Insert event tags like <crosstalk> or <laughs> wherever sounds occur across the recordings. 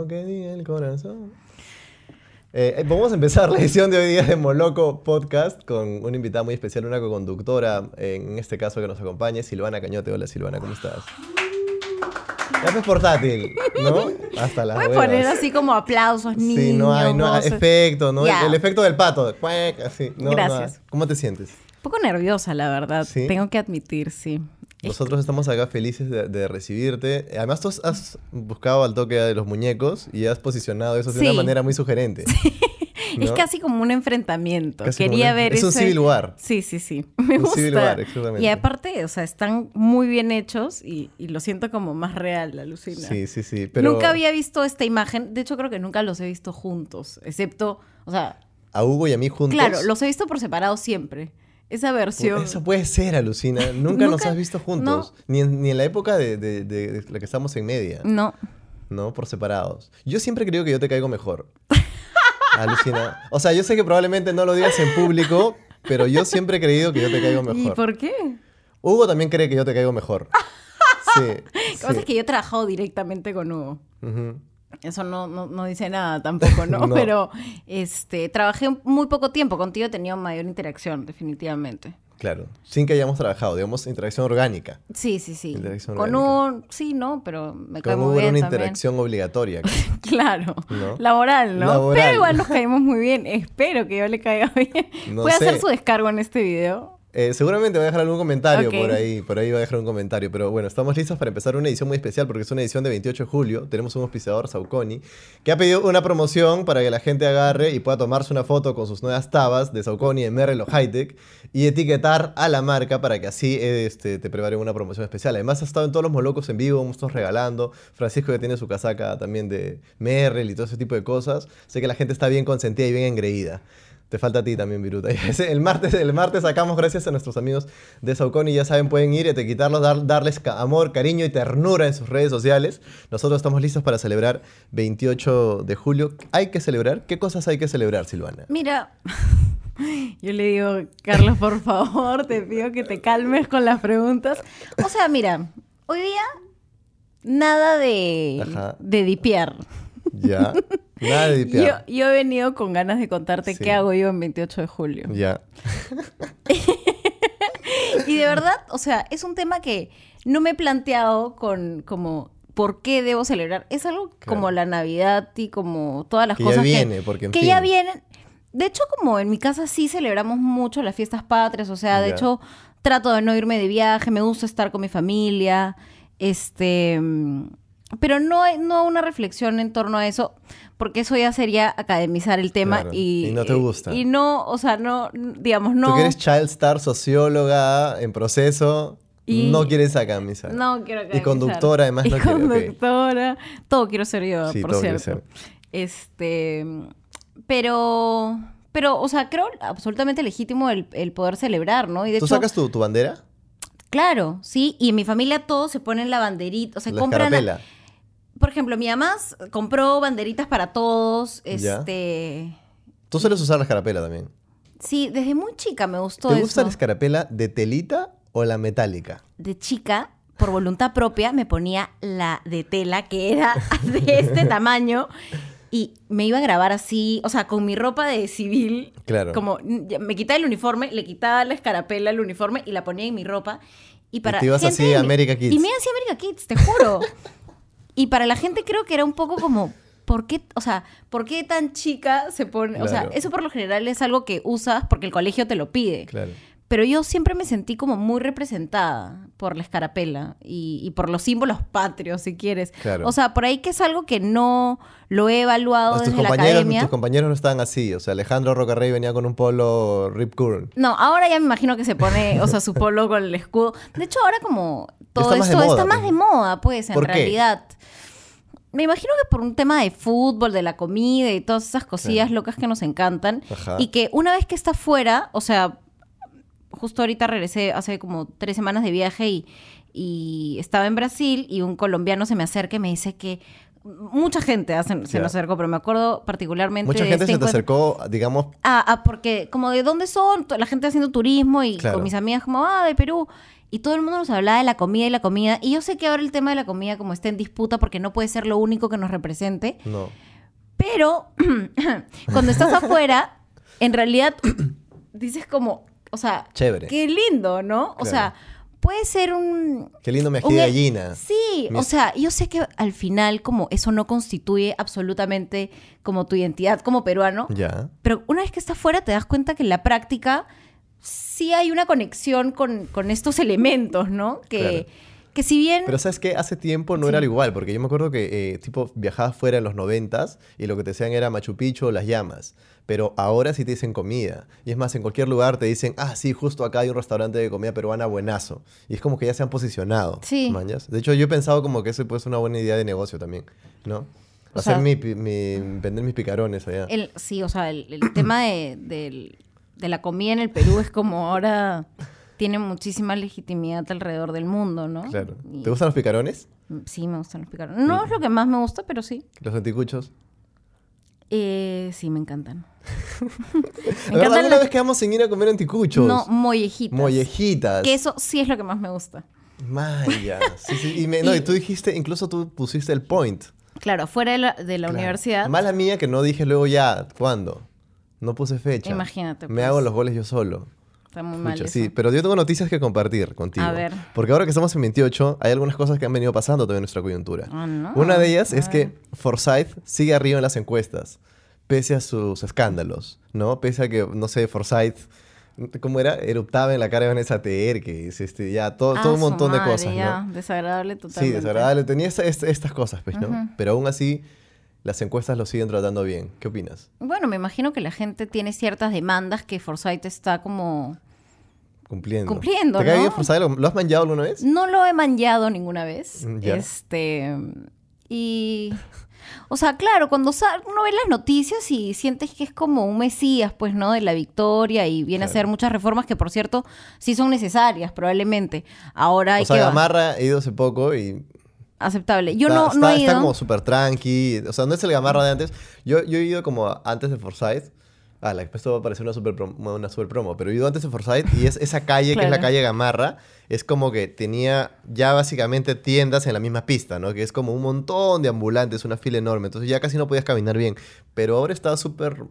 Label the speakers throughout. Speaker 1: el corazón. Eh, eh, vamos a empezar la edición de hoy día de Moloco Podcast con una invitada muy especial, una co-conductora, en este caso que nos acompañe, Silvana Cañote. Hola Silvana, ¿cómo estás? Ya pues portátil, ¿no? Hasta las
Speaker 2: Puedes
Speaker 1: huevas.
Speaker 2: poner así como aplausos, niños.
Speaker 1: Sí, no hay, no hay
Speaker 2: voces.
Speaker 1: efecto, ¿no? El-
Speaker 2: Ya.
Speaker 1: El, efecto del pato. cuac, así. No, no
Speaker 2: Gracias.
Speaker 1: hay. ¿Cómo te sientes?
Speaker 2: Un poco nerviosa, la verdad.
Speaker 1: Sí.
Speaker 2: Tengo que admitir, sí.
Speaker 1: Nosotros estamos acá felices de, de recibirte. Además, tú has- has buscado al toque de los muñecos y has posicionado eso de una
Speaker 2: Sí.
Speaker 1: manera muy
Speaker 2: <laughs>
Speaker 1: sugerente.
Speaker 2: Es
Speaker 1: ¿no?
Speaker 2: casi como un enfrentamiento.
Speaker 1: Casi como
Speaker 2: Quería
Speaker 1: un-
Speaker 2: ver
Speaker 1: es un
Speaker 2: ese-
Speaker 1: civil war.
Speaker 2: Sí, sí, sí. Me
Speaker 1: Un
Speaker 2: gusta.
Speaker 1: civil war, exactamente.
Speaker 2: Y aparte, o sea, están muy bien hechos y, y lo siento como más real, alucina.
Speaker 1: Sí, sí, sí. Pero
Speaker 2: Nunca había visto esta imagen. De hecho, creo que nunca los he visto juntos. Excepto, o sea,
Speaker 1: a Hugo y a mí juntos.
Speaker 2: claro, los he visto por separado siempre. Esa versión.
Speaker 1: Eso puede ser, alucina.
Speaker 2: <laughs>
Speaker 1: Nunca, nos
Speaker 2: Nunca-
Speaker 1: has visto juntos. Ni, en, ni en la época de, de- de- de la que estamos en media,
Speaker 2: No.
Speaker 1: ¿no? Por separados. Yo siempre creo que yo te caigo mejor. <laughs> Alucina. O sea, yo sé que probablemente no lo digas en público, pero yo siempre he creído que yo te caigo mejor.
Speaker 2: ¿Y por qué?
Speaker 1: Hugo también cree que yo te caigo
Speaker 2: <laughs>
Speaker 1: mejor. Sí.
Speaker 2: Lo que pasa es que yo he trabajado directamente con Hugo. Eso no, no, no dice
Speaker 1: <laughs>
Speaker 2: nada tampoco, ¿no?
Speaker 1: No.
Speaker 2: Pero este, trabajé muy poco tiempo. Contigo he tenido mayor interacción, definitivamente.
Speaker 1: Claro. Sin que hayamos trabajado, digamos, interacción orgánica.
Speaker 2: Sí, sí, sí.
Speaker 1: Interacción
Speaker 2: Con
Speaker 1: orgánica.
Speaker 2: un... Sí, no, pero me cae
Speaker 1: Como
Speaker 2: muy
Speaker 1: hubo
Speaker 2: bien
Speaker 1: una
Speaker 2: también.
Speaker 1: interacción obligatoria.
Speaker 2: <laughs> Claro.
Speaker 1: ¿No?
Speaker 2: Laboral, ¿no?
Speaker 1: Laboral. <laughs>
Speaker 2: Pero igual nos caemos muy bien. Espero que yo le caiga <laughs> bien.
Speaker 1: No
Speaker 2: ¿Puede
Speaker 1: sé.
Speaker 2: hacer su descargo en este video?
Speaker 1: Eh, seguramente va a dejar algún comentario
Speaker 2: Ok.
Speaker 1: por ahí, por ahí va a dejar un comentario, pero bueno, estamos listos para empezar una edición muy especial porque es una edición de 28 de julio, tenemos un auspiciador, Sauconi, que ha pedido una promoción para que la gente agarre y pueda tomarse una foto con sus nuevas tabas de Sauconi en Merrell o Hightech y etiquetar a la marca para que así eh, este, te prepare una promoción especial. Además ha estado en todos los molocos en vivo, hemos estado regalando, Francisco que tiene su casaca también de Merrell y todo ese tipo de cosas, sé que la gente está bien consentida y bien engreída. Te falta a ti también, Viruta. <laughs> Ese- El martes, el martes sacamos gracias a nuestros amigos de Sauconi. Ya saben, pueden ir, etiquetarlos, dar, darles ca- amor, cariño y ternura en sus redes sociales. Nosotros estamos listos para celebrar 28 de julio. ¿Hay que celebrar? ¿Qué cosas hay que celebrar, Silvana?
Speaker 2: Mira, <laughs> yo le digo, Carlos, por favor, te pido que te calmes con las preguntas. O sea, mira, hoy día nada de,
Speaker 1: Ajá.
Speaker 2: de dipiar.
Speaker 1: Ya. Nada de
Speaker 2: Yo,
Speaker 1: dipear.
Speaker 2: yo he venido con ganas de contarte
Speaker 1: Sí.
Speaker 2: qué hago yo en 28 de julio.
Speaker 1: Ya.
Speaker 2: <laughs> Y de verdad, o sea, es un tema que no me he planteado con como por qué debo celebrar. Es algo
Speaker 1: Claro.
Speaker 2: como la Navidad y como todas las
Speaker 1: Que ya
Speaker 2: cosas
Speaker 1: viene,
Speaker 2: que,
Speaker 1: porque, en
Speaker 2: que ya
Speaker 1: fin.
Speaker 2: vienen. De hecho, como en mi casa sí celebramos mucho las fiestas patrias, o sea, de
Speaker 1: Ya.
Speaker 2: hecho trato de no irme de viaje, me gusta estar con mi familia, este, mm, pero no hay- no una reflexión en torno a eso, porque eso ya sería academizar el tema
Speaker 1: Claro,
Speaker 2: y
Speaker 1: y no te gusta.
Speaker 2: Y no, o sea, no digamos no
Speaker 1: Tú que eres child star, socióloga, en proceso,
Speaker 2: Y-
Speaker 1: no quieres esa camisa.
Speaker 2: No quiero que
Speaker 1: Y conductora, además,
Speaker 2: y
Speaker 1: no quiere, ok.
Speaker 2: conductora. Todo quiero ser yo,
Speaker 1: Sí,
Speaker 2: por
Speaker 1: todo quiere
Speaker 2: cierto. Este, pero pero o sea, creo absolutamente legítimo el, el poder celebrar, ¿no? Y de
Speaker 1: ¿Tú
Speaker 2: hecho,
Speaker 1: sacas tu, tu bandera?
Speaker 2: claro, sí, y en mi familia todos se ponen la banderita, o sea,
Speaker 1: la
Speaker 2: compran
Speaker 1: escarapela.
Speaker 2: Por ejemplo, mi mamá s- compró banderitas para todos,
Speaker 1: Ya.
Speaker 2: este
Speaker 1: Tú sueles usar la escarapela también.
Speaker 2: Sí, desde muy chica me gustó
Speaker 1: ¿Te gusta
Speaker 2: eso.
Speaker 1: la escarapela de telita o la metálica?
Speaker 2: de chica, por voluntad propia, me ponía la de tela que era <laughs> de
Speaker 1: <laughs>
Speaker 2: este tamaño y me iba a grabar así, o sea, con mi ropa de civil.
Speaker 1: Claro.
Speaker 2: Como mm, ya, me quitaba el uniforme, le quitaba la escarapela al uniforme y la ponía en mi ropa. Y para
Speaker 1: te ibas así
Speaker 2: de
Speaker 1: a
Speaker 2: mi-
Speaker 1: America Kids.
Speaker 2: Y me iba así a America Kids, te
Speaker 1: <laughs>
Speaker 2: juro. y para la gente creo que era un poco como, ¿por qué, o sea, ¿por qué tan chica se pone? O sea,
Speaker 1: Claro.
Speaker 2: eso por lo general es algo que usas porque el colegio te lo pide.
Speaker 1: Claro.
Speaker 2: Pero yo siempre me sentí como muy representada por la escarapela y, y por los símbolos <laughs> patrios, si quieres.
Speaker 1: Claro.
Speaker 2: O sea, por ahí que es algo que no lo he evaluado
Speaker 1: tus,
Speaker 2: desde la
Speaker 1: compañeros, tus
Speaker 2: academia.
Speaker 1: compañeros no estaban así. O sea, Alejandro Rocarrey venía con un polo Rip Curl.
Speaker 2: No, ahora ya me imagino que se pone, o sea, su polo con el escudo. De hecho, ahora como todo
Speaker 1: Está más de
Speaker 2: esto está
Speaker 1: moda,
Speaker 2: más
Speaker 1: pues.
Speaker 2: de moda, pues, en
Speaker 1: ¿Por qué?
Speaker 2: realidad. Me imagino que por un tema de fútbol, de la comida y todas esas cosillas locas que nos encantan.
Speaker 1: Ajá.
Speaker 2: Y que una vez que está fuera, o sea, justo ahorita regresé hace como tres semanas de viaje y, y estaba en Brasil y un colombiano se me acerca y me dice que mucha gente hace- se
Speaker 1: Ya.
Speaker 2: nos acercó, pero me acuerdo particularmente
Speaker 1: Mucha
Speaker 2: de
Speaker 1: gente
Speaker 2: este
Speaker 1: se te
Speaker 2: encuentro.
Speaker 1: acercó, digamos,
Speaker 2: Ah, ah, porque como de dónde son, to- la gente haciendo turismo y
Speaker 1: Claro.
Speaker 2: con mis amigas como, ah, de Perú. Y todo el mundo nos hablaba de la comida y la comida. Y yo sé que ahora el tema de la comida como está en disputa porque no puede ser lo único que nos represente.
Speaker 1: no.
Speaker 2: Pero <clears throat> cuando estás afuera, en realidad <clears throat> dices como, o sea,
Speaker 1: Chévere.
Speaker 2: qué lindo, ¿no? O
Speaker 1: Claro.
Speaker 2: sea, puede ser un...
Speaker 1: Qué lindo me
Speaker 2: un- e-
Speaker 1: de gallina.
Speaker 2: Sí, o
Speaker 1: Ah, Mis-
Speaker 2: sea, yo sé que al final como eso no constituye absolutamente como tu identidad como peruano,
Speaker 1: Ya.
Speaker 2: pero una vez que estás fuera te das cuenta que en la práctica sí hay una conexión con, con estos elementos, ¿no? Que,
Speaker 1: Claro.
Speaker 2: que si bien...
Speaker 1: Pero sabes que hace tiempo no
Speaker 2: Sí.
Speaker 1: era lo igual, porque yo me acuerdo que eh, tipo viajabas fuera en los noventas y lo que te decían era Machu Picchu o las llamas. Pero ahora sí te dicen comida. Y es más, en cualquier lugar te dicen, ah, sí, justo acá hay un restaurante de comida peruana buenazo. Y es como que ya se han posicionado.
Speaker 2: Sí.
Speaker 1: ¿mañas? De hecho, yo he pensado como que eso puede ser una buena idea de negocio también, ¿no?
Speaker 2: O
Speaker 1: Hacer
Speaker 2: sea-
Speaker 1: mi, pi- mi- vender mis picarones allá.
Speaker 2: El, sí, o sea, el, el <clears throat> tema de, del- de la comida en el Perú es como ahora tiene muchísima legitimidad alrededor del mundo, ¿no?
Speaker 1: <laughs> Claro.
Speaker 2: Y- mm,
Speaker 1: ¿Te gustan los picarones?
Speaker 2: Sí, me gustan los picarones. No es lo que más me gusta, pero sí.
Speaker 1: ¿Los anticuchos?
Speaker 2: Eh, sí, me encantan. me
Speaker 1: La verdad,
Speaker 2: encantan
Speaker 1: alguna
Speaker 2: las
Speaker 1: vez quedamos sin ir a comer anticuchos.
Speaker 2: no, mollejitas.
Speaker 1: Mollejitas.
Speaker 2: Que eso sí es lo que más me gusta.
Speaker 1: Maya. Sí, sí. Y, me- no, y
Speaker 2: Y-
Speaker 1: tú dijiste, incluso tú pusiste el point.
Speaker 2: Claro, afuera de la, de la
Speaker 1: Claro.
Speaker 2: universidad.
Speaker 1: Mala mía que no dije luego ya, ¿cuándo? No puse fecha.
Speaker 2: Imagínate,
Speaker 1: Me
Speaker 2: pues.
Speaker 1: hago los goles yo solo.
Speaker 2: Está muy mal.
Speaker 1: Pucha,
Speaker 2: eso.
Speaker 1: sí, pero yo tengo noticias que compartir contigo.
Speaker 2: A ver.
Speaker 1: Porque ahora que estamos en 28, hay algunas cosas que han venido pasando todavía en nuestra coyuntura.
Speaker 2: Ah, no.
Speaker 1: Una de ellas es
Speaker 2: Ah.
Speaker 1: que Forsyth sigue arriba en las encuestas, pese a sus escándalos, ¿no? Pese a que, no sé, Forsyth, ¿cómo era? Eruptaba en la cara de Vanessa que este, ya, todo,
Speaker 2: Ah,
Speaker 1: todo un
Speaker 2: su
Speaker 1: montón de
Speaker 2: madre,
Speaker 1: cosas,
Speaker 2: ya.
Speaker 1: ¿no?
Speaker 2: Desagradable
Speaker 1: Sí,
Speaker 2: totalmente.
Speaker 1: desagradable. Tenía esta- esta- estas cosas, pues, ¿no?
Speaker 2: Ujú.
Speaker 1: Pero aún así, las encuestas lo siguen tratando bien. ¿Qué opinas?
Speaker 2: Bueno, me imagino que la gente tiene ciertas demandas que Forsyth está como...
Speaker 1: Cumpliendo.
Speaker 2: Cumpliendo,
Speaker 1: ¿Te cae
Speaker 2: ¿no?
Speaker 1: bien Forsyth? ¿Lo, lo has manchado alguna vez?
Speaker 2: No lo he manchado ninguna vez.
Speaker 1: Mm, ya.
Speaker 2: Este. Y. O sea, claro, cuando sa- uno ve las noticias y sientes que es como un mesías, pues, ¿no? De la victoria y viene a
Speaker 1: Claro.
Speaker 2: hacer muchas reformas que, por cierto, sí son necesarias, probablemente. Ahora hay
Speaker 1: o sea,
Speaker 2: que.
Speaker 1: Gamarra he ido hace poco y
Speaker 2: Aceptable. Yo
Speaker 1: está,
Speaker 2: no, no
Speaker 1: está-
Speaker 2: he
Speaker 1: está
Speaker 2: ido.
Speaker 1: como súper tranqui. O sea, no es el Gamarra de antes. Yo, yo he ido como a- antes de Forsyth. Ah, la esto va a parecer una super, promo, una super promo, pero he ido antes de Forsyth y es esa calle que es la
Speaker 2: Claro.
Speaker 1: calle Gamarra, es como que tenía ya básicamente tiendas en la misma pista, ¿no? Que es como un montón de ambulantes, una fila enorme, entonces ya casi no podías caminar bien, pero ahora está súper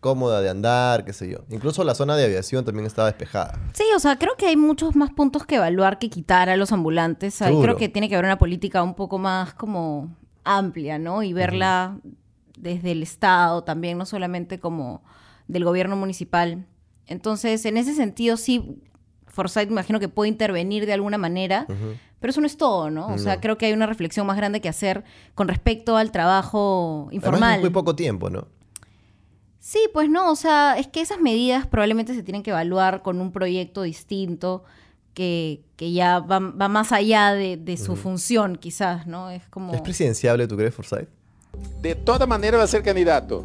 Speaker 1: cómoda de andar, qué sé yo. Incluso la zona de aviación también estaba despejada.
Speaker 2: Sí, o sea, creo que hay muchos más puntos que evaluar que quitar a los ambulantes. Ahí
Speaker 1: Seguro.
Speaker 2: creo que tiene que haber una política un poco más como amplia, ¿no? Y verla desde el Estado también, no solamente como del gobierno municipal. Entonces, en ese sentido, sí, Forsyth me imagino que puede intervenir de alguna manera,
Speaker 1: Ujú.
Speaker 2: pero eso no es todo, ¿no? O sea,
Speaker 1: No.
Speaker 2: creo que hay una reflexión más grande que hacer con respecto al trabajo informal.
Speaker 1: Además, es muy poco tiempo, ¿no?
Speaker 2: Sí, pues no, o sea, es que esas medidas probablemente se tienen que evaluar con un proyecto distinto que, que ya va, va más allá de, de su función, quizás, ¿no? Es como...
Speaker 1: ¿Es presidenciable, tú crees, Forsyth?
Speaker 3: De toda manera va a ser candidato.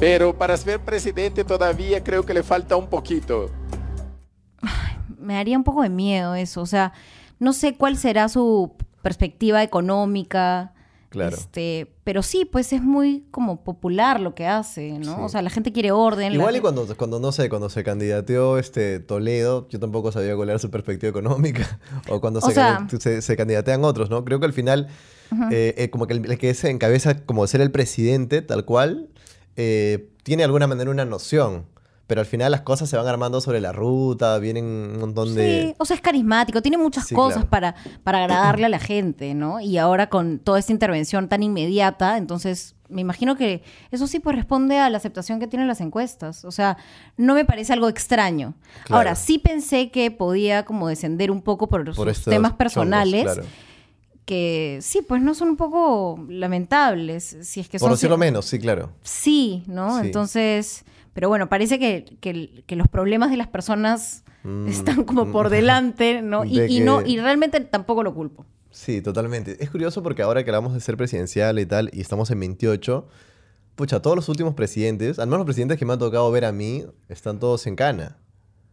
Speaker 3: Pero para ser presidente todavía creo que le falta un poquito.
Speaker 2: Me daría un poco de miedo eso, o sea, no sé cuál será su perspectiva económica.
Speaker 1: Claro.
Speaker 2: Este, pero sí, pues es muy como popular lo que hace, ¿no?
Speaker 1: Sí.
Speaker 2: O sea, la gente quiere orden. la
Speaker 1: Igual y
Speaker 2: gente-
Speaker 1: cuando, cuando, no sé, cuando se candidateó este Toledo, yo tampoco sabía cuál era su perspectiva económica. <laughs> O cuando
Speaker 2: O
Speaker 1: se,
Speaker 2: sea-
Speaker 1: candid- se- se candidatean otros, ¿no? Creo que al final, eh, eh, como que el, el que se encabeza como de ser el presidente, tal cual, eh, tiene de alguna manera una noción. Pero al final las cosas se van armando sobre la ruta, vienen un montón
Speaker 2: Sí,
Speaker 1: de...
Speaker 2: o sea, es carismático, tiene muchas
Speaker 1: Sí,
Speaker 2: cosas
Speaker 1: claro.
Speaker 2: para, para agradarle a la gente, ¿no? Y ahora con toda esta intervención tan inmediata, entonces me imagino que eso sí pues responde a la aceptación que tienen las encuestas. O sea, no me parece algo extraño.
Speaker 1: Claro.
Speaker 2: Ahora, sí pensé que podía como descender un poco por,
Speaker 1: por
Speaker 2: sus
Speaker 1: estos
Speaker 2: temas
Speaker 1: chongos,
Speaker 2: personales,
Speaker 1: claro.
Speaker 2: que sí, pues no son un poco lamentables, si es que
Speaker 1: Por
Speaker 2: son...
Speaker 1: decirlo menos, sí, claro.
Speaker 2: Sí, ¿no?
Speaker 1: Sí.
Speaker 2: Entonces, pero bueno, parece que, que- que los problemas de las personas
Speaker 1: Mm,
Speaker 2: están como por
Speaker 1: mm. <laughs>
Speaker 2: delante, ¿no? Y,
Speaker 1: De
Speaker 2: y no,
Speaker 1: que-
Speaker 2: y realmente tampoco lo culpo.
Speaker 1: Sí, totalmente. Es curioso porque ahora que hablamos de ser presidencial y tal, y estamos en 28, pucha, todos los últimos presidentes, al menos los presidentes que me ha tocado ver a mí, están todos en cana,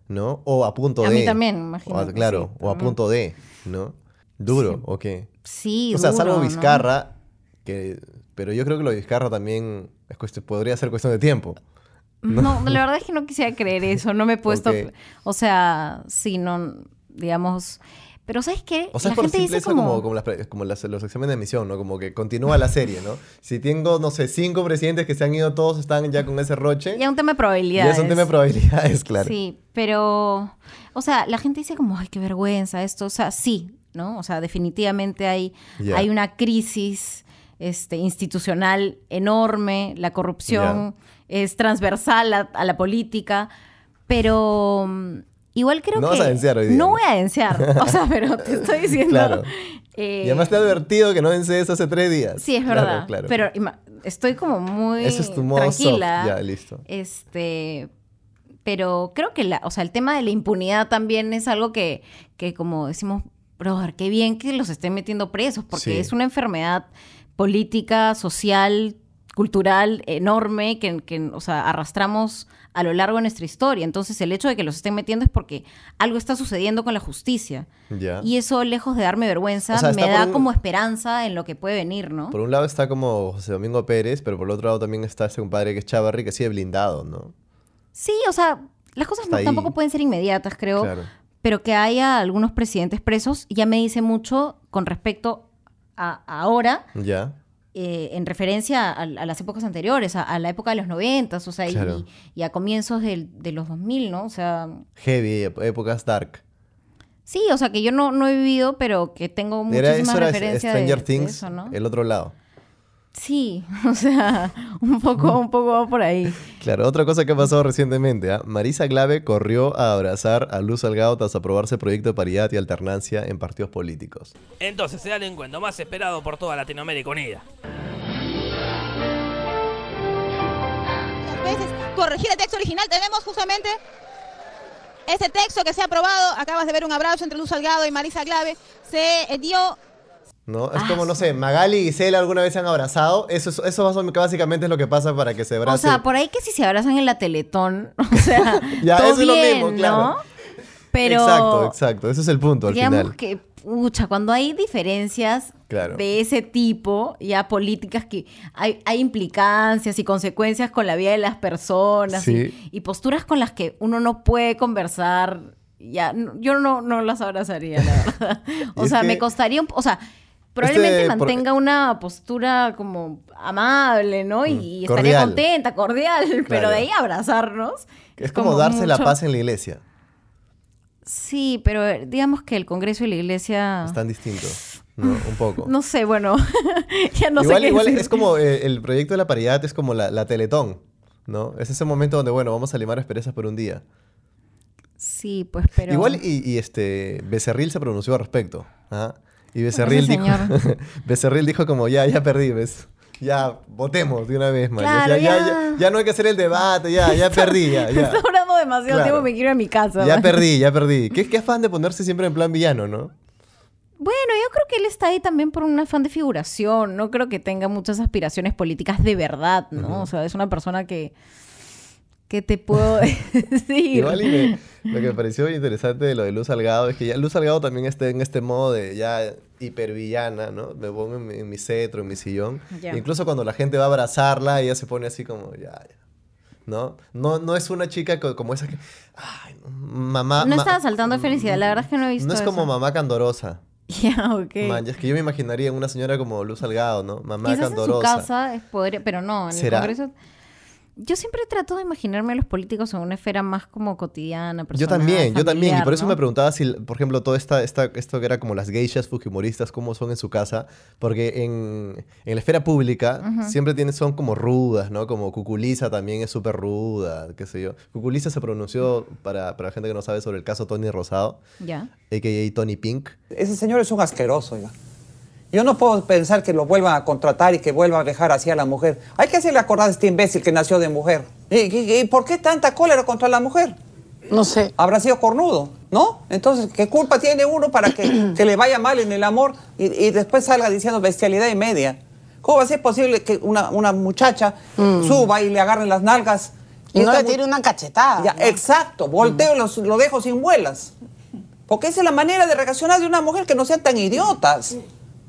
Speaker 1: ¿no? O a punto
Speaker 2: A
Speaker 1: de.
Speaker 2: mí también, me
Speaker 1: O
Speaker 2: imagino.
Speaker 1: a-
Speaker 2: que
Speaker 1: claro,
Speaker 2: sí,
Speaker 1: o a
Speaker 2: también.
Speaker 1: punto de, ¿no? Duro, ¿o qué?
Speaker 2: Sí,
Speaker 1: o sea,
Speaker 2: duro,
Speaker 1: salvo
Speaker 2: ¿no?
Speaker 1: Vizcarra, que, pero yo creo que lo de Vizcarra también es cuestión- podría ser cuestión de tiempo.
Speaker 2: <laughs> No. la verdad es que no quisiera creer eso, no me he puesto...
Speaker 1: Ok.
Speaker 2: O sea, sí, no, digamos... Pero ¿sabes qué?
Speaker 1: O sea, es por
Speaker 2: la gente dice
Speaker 1: simpleza
Speaker 2: como...
Speaker 1: como, como las pre- como las- los exámenes de admisión, ¿no? Como que continúa la serie, ¿no? Si tengo, no sé, cinco presidentes que se han ido, todos están ya con ese roche.
Speaker 2: Ya un tema
Speaker 1: Ya
Speaker 2: de probabilidades.
Speaker 1: es un tema de probabilidades, claro.
Speaker 2: Sí, pero... O sea, la gente dice como, ay, qué vergüenza esto. O sea, sí, ¿no? O sea, definitivamente hay,
Speaker 1: Ya.
Speaker 2: hay una crisis este, institucional enorme. La corrupción es transversal a, a la política. Pero... mm, Igual creo
Speaker 1: No
Speaker 2: que...
Speaker 1: vas a denunciar hoy día,
Speaker 2: No
Speaker 1: ¿no?
Speaker 2: voy a denunciar. O sea, <laughs> pero te estoy diciendo...
Speaker 1: Claro.
Speaker 2: eh,
Speaker 1: Y además te he advertido que no vences hace tres días.
Speaker 2: Sí, es
Speaker 1: Claro,
Speaker 2: verdad.
Speaker 1: Claro,
Speaker 2: Pero ima- estoy como muy
Speaker 1: Ese es tu modo
Speaker 2: tranquila.
Speaker 1: soft. Ya, listo.
Speaker 2: Este, pero creo que la, o sea, el tema de la impunidad también es algo que, que como decimos, brother, qué bien que los estén metiendo presos, porque
Speaker 1: Sí.
Speaker 2: es una enfermedad política, social, cultural enorme que, que, o sea, arrastramos a lo largo de nuestra historia. Entonces, el hecho de que los estén metiendo es porque algo está sucediendo con la justicia.
Speaker 1: Ya.
Speaker 2: Y eso, lejos de darme vergüenza,
Speaker 1: O sea,
Speaker 2: me
Speaker 1: está por
Speaker 2: da
Speaker 1: un-
Speaker 2: como esperanza en lo que puede venir, ¿no?
Speaker 1: Por un lado está como José Domingo Pérez, pero por el otro lado también está ese compadre que es Chavarri, que sigue blindado, ¿no?
Speaker 2: Sí, o sea, las cosas
Speaker 1: Está
Speaker 2: no-
Speaker 1: ahí.
Speaker 2: tampoco pueden ser inmediatas, creo.
Speaker 1: Claro.
Speaker 2: Pero que haya algunos presidentes presos ya me dice mucho con respecto a ahora,
Speaker 1: Ya.
Speaker 2: eh, en referencia a, a las épocas anteriores, a, a la época de los noventas, o sea, y-
Speaker 1: Claro.
Speaker 2: y, a comienzos del- de los 2000, ¿no? O sea,
Speaker 1: Heavy, ép- épocas dark.
Speaker 2: sí, o sea, que yo no, no he vivido, pero que tengo
Speaker 1: Era,
Speaker 2: muchísimas
Speaker 1: eso era
Speaker 2: referencias de,
Speaker 1: Stranger
Speaker 2: de
Speaker 1: Things,
Speaker 2: eso, ¿no?
Speaker 1: el otro lado.
Speaker 2: Sí, <laughs> o sea, un poco, un poco va por ahí.
Speaker 1: Claro, otra cosa que ha pasado recientemente, ¿ah? Marisa Glave corrió a abrazar a Luz Salgado tras aprobarse el proyecto de paridad y alternancia en partidos políticos.
Speaker 4: Entonces será el encuentro más esperado por toda Latinoamérica Unida.
Speaker 5: veces corregir el texto original. Tenemos justamente ese texto que se ha aprobado. Acabas de ver un abrazo entre Luz Salgado y Marisa Glave. Se eh, dio
Speaker 1: ¿No?
Speaker 2: Ah,
Speaker 1: Es como, no sé, Magali y Gisela alguna vez se han abrazado. Eso, es- eso bas- básicamente es lo que pasa para que se
Speaker 2: O
Speaker 1: abracen.
Speaker 2: sea, por ahí que si se abrazan en la Teletón, <laughs> o sea,
Speaker 1: <laughs> Ya,
Speaker 2: todo
Speaker 1: eso es lo
Speaker 2: bien,
Speaker 1: mismo, claro.
Speaker 2: ¿no? Pero
Speaker 1: Exacto, exacto. Ese es el punto al
Speaker 2: digamos
Speaker 1: final.
Speaker 2: que, pucha, cuando hay diferencias
Speaker 1: Claro.
Speaker 2: de ese tipo, ya políticas que hay, hay implicancias y consecuencias con la vida de las personas
Speaker 1: Sí.
Speaker 2: y, y posturas con las que uno no puede conversar, ya, no- yo no, no las abrazaría,
Speaker 1: <laughs>
Speaker 2: la verdad.
Speaker 1: Y
Speaker 2: o
Speaker 1: es
Speaker 2: sea,
Speaker 1: que-
Speaker 2: me costaría un po- o sea, probablemente
Speaker 1: Este, por-
Speaker 2: mantenga una postura como amable, ¿no? Y, y estaría
Speaker 1: Mm, cordial.
Speaker 2: contenta, cordial, <laughs>
Speaker 1: Claro.
Speaker 2: pero de ahí a abrazarnos.
Speaker 1: Es como, darse la
Speaker 2: mucho-
Speaker 1: paz en la iglesia.
Speaker 2: Sí, pero eh, digamos que el Congreso y la Iglesia...
Speaker 1: Es tan distinto. ¿no? Un poco.
Speaker 2: Ah. No sé, bueno, <laughs> ya no
Speaker 1: igual
Speaker 2: sé qué
Speaker 1: igual
Speaker 2: decir.
Speaker 1: es como eh, el proyecto de la paridad es como la, la teletón. ¿no? Es ese momento donde, bueno, vamos a limar asperezas por un día.
Speaker 2: Sí, pues, pero...
Speaker 1: Igual
Speaker 2: <laughs>
Speaker 1: y, y, este Becerril se pronunció al respecto. ¿ah? Y Becerril
Speaker 2: Ese
Speaker 1: dijo,
Speaker 2: señor.
Speaker 1: <laughs> Becerril dijo como ya, ya perdí, ¿ves? Ya, votemos de una vez, man.
Speaker 2: Claro,
Speaker 1: ya, ya,
Speaker 2: ya.
Speaker 1: ya- ya no hay que hacer el debate, ya,
Speaker 2: <laughs>
Speaker 1: ya perdí, ya, ya.
Speaker 2: Está hablando demasiado
Speaker 1: Claro.
Speaker 2: tiempo, me quiero ir a mi casa.
Speaker 1: Ya
Speaker 2: man.
Speaker 1: perdí, ya perdí. ¿Qué, qué afán de ponerse siempre en plan villano, ¿no?
Speaker 2: Bueno, yo creo que él está ahí también por un afán de figuración. No creo que tenga muchas aspiraciones políticas de verdad, ¿no? O sea, es una persona que... ¿Qué te puedo <laughs> decir?
Speaker 1: Igual y me- lo que me pareció interesante de lo de Luz Salgado es que ya Luz Salgado también está en este modo de ya hipervillana, ¿no? Me pongo en mi, en mi cetro, en mi sillón.
Speaker 2: Ya.
Speaker 1: Incluso cuando la gente va a abrazarla, ella se pone así como ya, ya. ¿No? No, no es una chica co- como esa que... Ay, mamá...
Speaker 2: No
Speaker 1: ma- mm,
Speaker 2: estaba saltando de felicidad, la verdad es que no he visto
Speaker 1: No es como
Speaker 2: eso.
Speaker 1: mamá candorosa.
Speaker 2: <laughs> Ya, ok.
Speaker 1: Man, ya es que yo me imaginaría en una señora como Luz Salgado, ¿no? Mamá
Speaker 2: Quizás en su
Speaker 1: candorosa.
Speaker 2: casa es poder, pero no, en
Speaker 1: ¿Será?
Speaker 2: el Congreso... Yo siempre trato de imaginarme a los políticos en una esfera más como cotidiana,
Speaker 1: Yo
Speaker 2: personal,
Speaker 1: también, yo también. Y
Speaker 2: familiar,
Speaker 1: por eso
Speaker 2: ¿no?
Speaker 1: me preguntaba si, por ejemplo, todo esta, esta, esto que era como las geishas fujimoristas, cómo son en su casa. Porque en, en la esfera pública siempre tienen, son como rudas, ¿no? Como Cuculiza también es súper ruda, qué sé yo. Cuculiza se pronunció, para, para la gente que no sabe, sobre el caso Tony Rosado,
Speaker 2: Ya.
Speaker 1: a.k.a. Tony Pink.
Speaker 6: Ese señor es un asqueroso, oiga. Yo no puedo pensar que lo vuelvan a contratar y que vuelva a dejar así a la mujer. Hay que hacerle acordar a este imbécil que nació de mujer. ¿Y, y- y por qué tanta cólera contra la mujer?
Speaker 7: No sé.
Speaker 6: Habrá sido cornudo, ¿no? Entonces, ¿qué culpa tiene uno para
Speaker 7: <clears throat>
Speaker 6: que, que le vaya mal en el amor y, y después salga diciendo bestialidad y media? ¿Cómo va a ser posible que una, una muchacha suba y le agarren las nalgas?
Speaker 7: Mm. Y no
Speaker 6: esta
Speaker 7: le
Speaker 6: mu-
Speaker 7: tire una
Speaker 8: Ah,
Speaker 7: cachetada.
Speaker 6: ya,
Speaker 7: ¿no?
Speaker 6: exacto, volteo y los- lo dejo sin muelas. Porque esa es la manera de reaccionar de una mujer que no sean tan idiotas.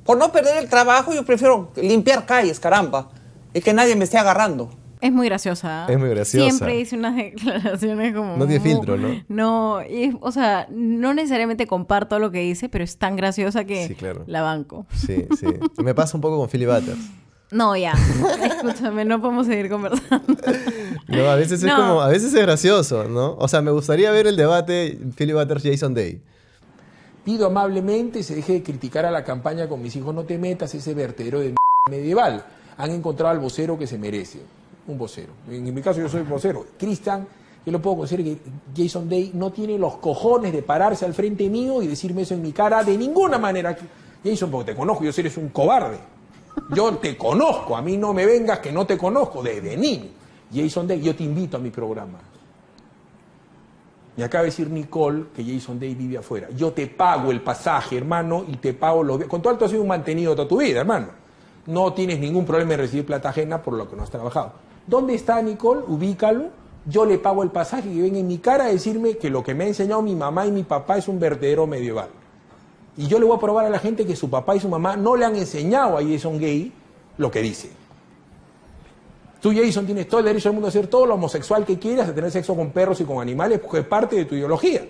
Speaker 6: Por no perder el trabajo, yo prefiero limpiar calles, caramba, y que nadie me esté agarrando.
Speaker 2: Es muy graciosa. ¿ah?
Speaker 1: Es muy graciosa.
Speaker 2: Siempre dice unas <laughs> declaraciones como...
Speaker 1: No tiene
Speaker 2: muy-
Speaker 1: filtro, ¿no?
Speaker 2: No, y, o sea, no necesariamente comparto lo que dice, pero es tan graciosa que
Speaker 1: Sí, claro.
Speaker 2: la banco.
Speaker 1: Sí, sí. Me pasa un poco con Philly Butters. <laughs>
Speaker 2: No, ya. Escúchame, no podemos seguir conversando.
Speaker 1: No, a veces es
Speaker 2: No.
Speaker 1: como, a veces es gracioso, ¿no? O sea, me gustaría ver el debate Philly Butters Jason Day.
Speaker 9: Pido amablemente se deje de criticar a la campaña con mis hijos no te metas ese vertedero de m- medieval. Han encontrado al vocero que se merece. Un vocero. En, en mi caso yo soy vocero. Cristian, yo lo puedo considerar que Jason Day no tiene los cojones de pararse al frente mío y decirme eso en mi cara de ninguna manera. Jason, porque te conozco, yo sé eres un cobarde. Yo te conozco, a mí no me vengas que no te conozco desde niño. Jason Day, yo te invito a mi programa. Me acaba de decir Nicole que Jason Day vive afuera. Yo te pago el pasaje, hermano, y te pago los... vi- Con todo alto has sido un mantenido toda tu vida, hermano. No tienes ningún problema en recibir plata ajena por lo que no has trabajado. ¿Dónde está Nicole? Ubícalo. Yo le pago el pasaje y ven en mi cara a decirme que lo que me ha enseñado mi mamá y mi papá es un vertedero medieval. Y yo le voy a probar a la gente que su papá y su mamá no le han enseñado a Jason Gay lo que dice. Tú, Jason, tienes todo el derecho del mundo a ser todo lo homosexual que quieras, a tener sexo con perros y con animales, porque es parte de tu ideología.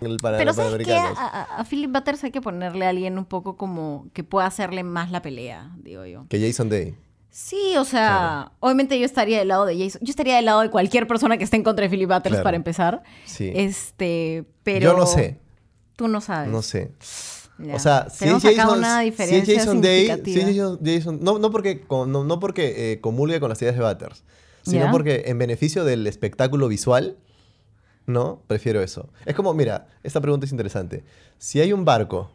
Speaker 1: El para
Speaker 2: Pero
Speaker 1: los
Speaker 2: ¿sabes qué? A,
Speaker 1: panamericanos.
Speaker 2: a- a Philip Butters hay que ponerle a alguien un poco como que pueda hacerle más la pelea, digo yo.
Speaker 1: Que Jason Day.
Speaker 2: Sí, o sea, obviamente yo estaría del lado de Jason. Yo estaría del lado de cualquier persona que esté en contra de Philip Butters
Speaker 1: Claro.
Speaker 2: para empezar.
Speaker 1: Sí.
Speaker 2: Este, pero...
Speaker 1: Yo no sé,
Speaker 2: Tú no sabes.
Speaker 1: no sé.
Speaker 2: Ya.
Speaker 1: O sea, si es,
Speaker 2: Tenemos acá
Speaker 1: Jason,
Speaker 2: una
Speaker 1: si es
Speaker 2: diferencia
Speaker 1: Jason Day, si
Speaker 2: significativa.
Speaker 1: es Jason, Jason- no, no porque, con- no, no porque eh, comulgue con las ideas de Butters, sino
Speaker 2: Ya.
Speaker 1: porque en beneficio del espectáculo visual, ¿no? Prefiero eso. Es como, mira, esta pregunta es interesante. Si hay un barco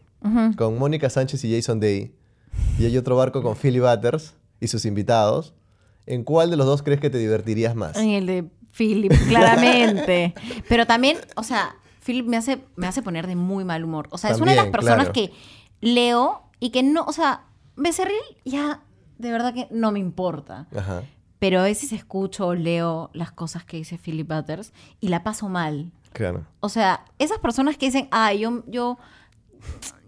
Speaker 1: con Mónica Sánchez y Jason Day, y hay otro barco con Philly Butters y sus invitados, ¿en cuál de los dos crees que te divertirías más?
Speaker 2: En el de Philip,
Speaker 1: <laughs>
Speaker 2: claramente. Pero también, o sea, Philip me hace, me hace poner de muy mal humor. O sea, es una de las
Speaker 1: También,
Speaker 2: personas
Speaker 1: claro.
Speaker 2: que leo y que no, o sea, Becerril ya de verdad que no me importa.
Speaker 1: Ajá.
Speaker 2: Pero a veces escucho o leo las cosas que dice Philip Butters y la paso mal.
Speaker 1: Claro.
Speaker 2: O sea, esas personas que dicen, ah, yo, yo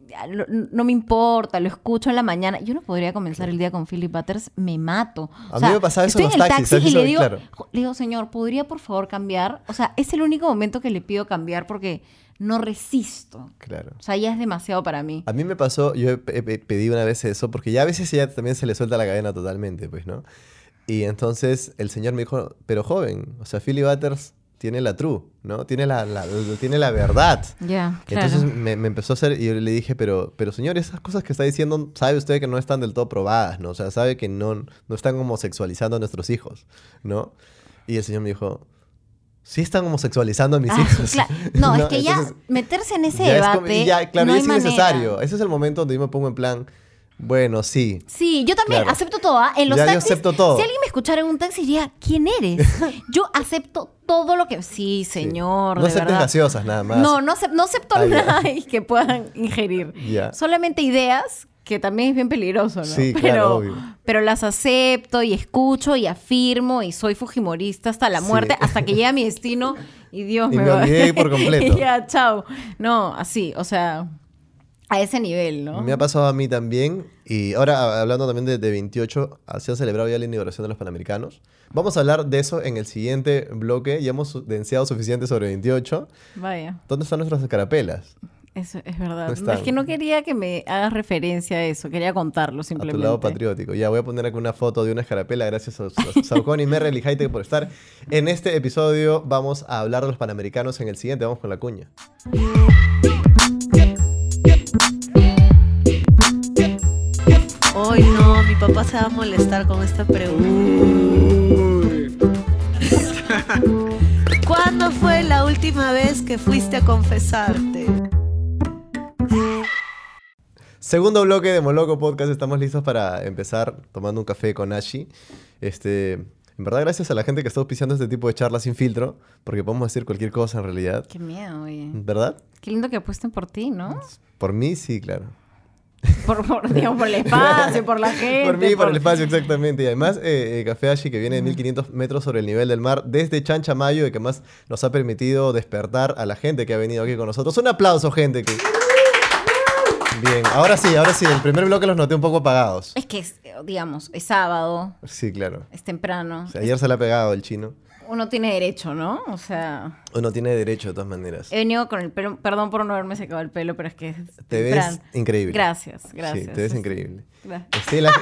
Speaker 2: ya, lo- no me importa, lo escucho en la mañana. Yo no podría comenzar el día con Philip Butters, me mato.
Speaker 1: A mí me pasaba eso en
Speaker 2: estoy
Speaker 1: los
Speaker 2: el
Speaker 1: taxis, ¿sabes?
Speaker 2: taxi y le
Speaker 1: Eso,
Speaker 2: digo,
Speaker 1: claro.
Speaker 2: jo- le digo, señor, ¿podría por favor cambiar? O sea, es el único momento que le pido cambiar porque no resisto.
Speaker 1: Claro.
Speaker 2: O sea, ya es demasiado para mí.
Speaker 1: A mí me pasó, yo he pe- pe- pedí una vez eso, porque ya a veces ella también se le suelta la cadena totalmente, pues, ¿no? Y entonces el señor me dijo, pero joven, o sea, Philly Butters tiene la true, ¿no? Tiene la, la- la- tiene la verdad.
Speaker 2: Ya, claro.
Speaker 1: Entonces me, me empezó a hacer, y yo le dije, pero, pero señor, esas cosas que está diciendo, sabe usted que no están del todo probadas, ¿no? O sea, sabe que no, no están homosexualizando a nuestros hijos, ¿no? Y el señor me dijo, sí están homosexualizando a mis
Speaker 2: Ah,
Speaker 1: <laughs> hijos.
Speaker 2: cla- no, es que
Speaker 1: Entonces-
Speaker 2: ya meterse en ese
Speaker 1: ya es como-
Speaker 2: debate.
Speaker 1: ya, claro,
Speaker 2: no
Speaker 1: ya
Speaker 2: hay
Speaker 1: es
Speaker 2: manera.
Speaker 1: innecesario. Ese es el momento donde yo me pongo en plan, bueno, sí.
Speaker 2: Sí, yo también
Speaker 1: Claro.
Speaker 2: acepto todo. ¿ah? En los
Speaker 1: Ya, yo
Speaker 2: taxis,
Speaker 1: acepto todo.
Speaker 2: Si alguien me escuchara en un taxi, diría, ¿quién
Speaker 1: <laughs>
Speaker 2: eres? Yo acepto todo lo que. Sí, señor.
Speaker 1: No
Speaker 2: de
Speaker 1: aceptes
Speaker 2: verdad.
Speaker 1: gaseosas nada más.
Speaker 2: No, no, acep- no acepto
Speaker 1: Ah, ya.
Speaker 2: nada <laughs> y que puedan ingerir.
Speaker 1: Ya.
Speaker 2: Solamente ideas, que también es bien peligroso, ¿no? <laughs>
Speaker 1: Sí,
Speaker 2: pero,
Speaker 1: claro, obvio.
Speaker 2: pero las acepto y escucho y afirmo y soy fujimorista hasta la muerte,
Speaker 1: Sí.
Speaker 2: hasta que llegue
Speaker 1: <laughs>
Speaker 2: a mi destino y Dios
Speaker 1: Y
Speaker 2: me
Speaker 1: me
Speaker 2: va-
Speaker 1: olvidé por completo.
Speaker 2: <laughs> y ya, chao. No, así, o sea, a ese nivel, ¿no?
Speaker 1: Me ha pasado a mí también. Y ahora, a- hablando también de, de 28, ah, se ha celebrado ya la inauguración de los Panamericanos. Vamos a hablar de eso en el siguiente bloque. Ya hemos denseado suficiente sobre 28.
Speaker 2: Vaya.
Speaker 1: ¿Dónde están nuestras escarapelas?
Speaker 2: Eso es
Speaker 1: No
Speaker 2: verdad. No,
Speaker 1: está.
Speaker 2: es que no quería que me hagas referencia a eso, quería contarlo
Speaker 1: A
Speaker 2: simplemente.
Speaker 1: tu lado patriótico. Ya voy a poner acá una foto de una escarapela. Gracias a, a Saucón y Merrell y Hightech por estar. En este episodio vamos a hablar de los Panamericanos. En el siguiente vamos con la cuña.
Speaker 8: Hoy no, mi papá se va a molestar con
Speaker 2: <laughs>
Speaker 8: esta pregunta. ¿Cuándo fue la última vez que fuiste a confesarte?
Speaker 1: Segundo bloque de Moloco Podcast. Estamos listos para empezar tomando un café con Ashi. Este, en verdad, gracias a la gente que está auspiciando este tipo de charlas sin filtro, porque podemos decir cualquier cosa en realidad.
Speaker 2: Qué miedo, oye.
Speaker 1: ¿Verdad?
Speaker 2: Qué lindo que apuesten por ti, ¿no?
Speaker 1: Por mí, sí, claro.
Speaker 2: Por, por, digo,
Speaker 1: <laughs>
Speaker 2: por el espacio, por la gente.
Speaker 1: Mm. Por mí, por el espacio, exactamente. Y además, eh, eh, Café Ashi, que viene de 1500 metros sobre el nivel del mar, desde Chanchamayo, y que más nos ha permitido despertar a la gente que ha venido aquí con nosotros. Un aplauso, gente. Que... Bien, ahora sí, ahora sí. El primer bloque los noté un poco apagados.
Speaker 2: Es que, es, eh, digamos, es sábado,
Speaker 1: Sí, claro.
Speaker 2: es temprano.
Speaker 1: O sea, ayer se le ha pegado el chino.
Speaker 2: Uno tiene derecho, ¿no? O sea,
Speaker 1: Uno tiene derecho de todas maneras.
Speaker 2: he venido con el pelo. Perdón por no haberme secado el pelo, pero es que. es
Speaker 1: Te ves
Speaker 2: temprano.
Speaker 1: increíble.
Speaker 2: Gracias, gracias.
Speaker 1: Sí, te ves increíble.
Speaker 2: Gra-
Speaker 1: Sí, la, <laughs>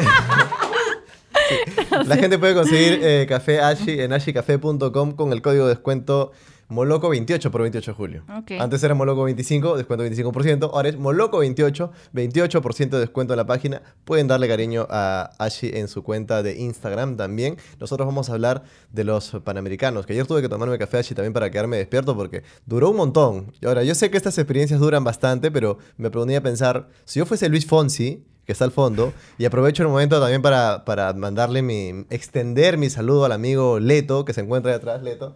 Speaker 1: Sí. La gente puede conseguir eh, café Ashi en ashicafé.com con el código de descuento Moloco28 por 28 de julio.
Speaker 2: Ok.
Speaker 1: Antes era Moloco25, descuento 25%. Ahora es Moloco28, 28% de descuento en la página. Pueden darle cariño a Ashi en su cuenta de Instagram también. Nosotros vamos a hablar de los panamericanos, que ayer tuve que tomarme café Ashi también para quedarme despierto porque duró un montón. Y ahora, yo sé que estas experiencias duran bastante, pero me ponía a pensar, si yo fuese Luis Fonsi, que está al fondo. Y aprovecho el momento también para, para mandarle mi. extender mi saludo al amigo Leto, que se encuentra ahí atrás, Leto.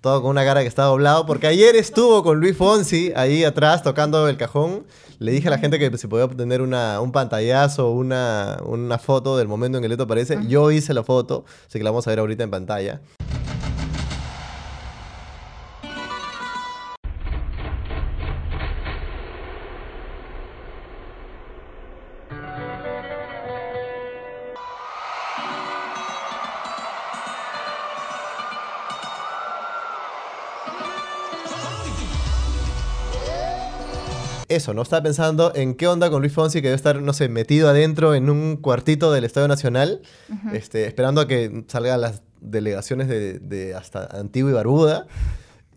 Speaker 1: Todo con una cara que está doblado, porque ayer estuvo con Luis Fonsi ahí atrás tocando el cajón. Le dije a la gente que si podía obtener una, un pantallazo, una, una foto del momento en que Leto aparece. Yo hice la foto, así que la vamos a ver ahorita en pantalla. Eso, ¿no? Estaba pensando en qué onda con Luis Fonsi, que debe estar, no sé, metido adentro en un cuartito del Estadio Nacional, este, esperando a que salgan las delegaciones de, de hasta Antigua y Barbuda,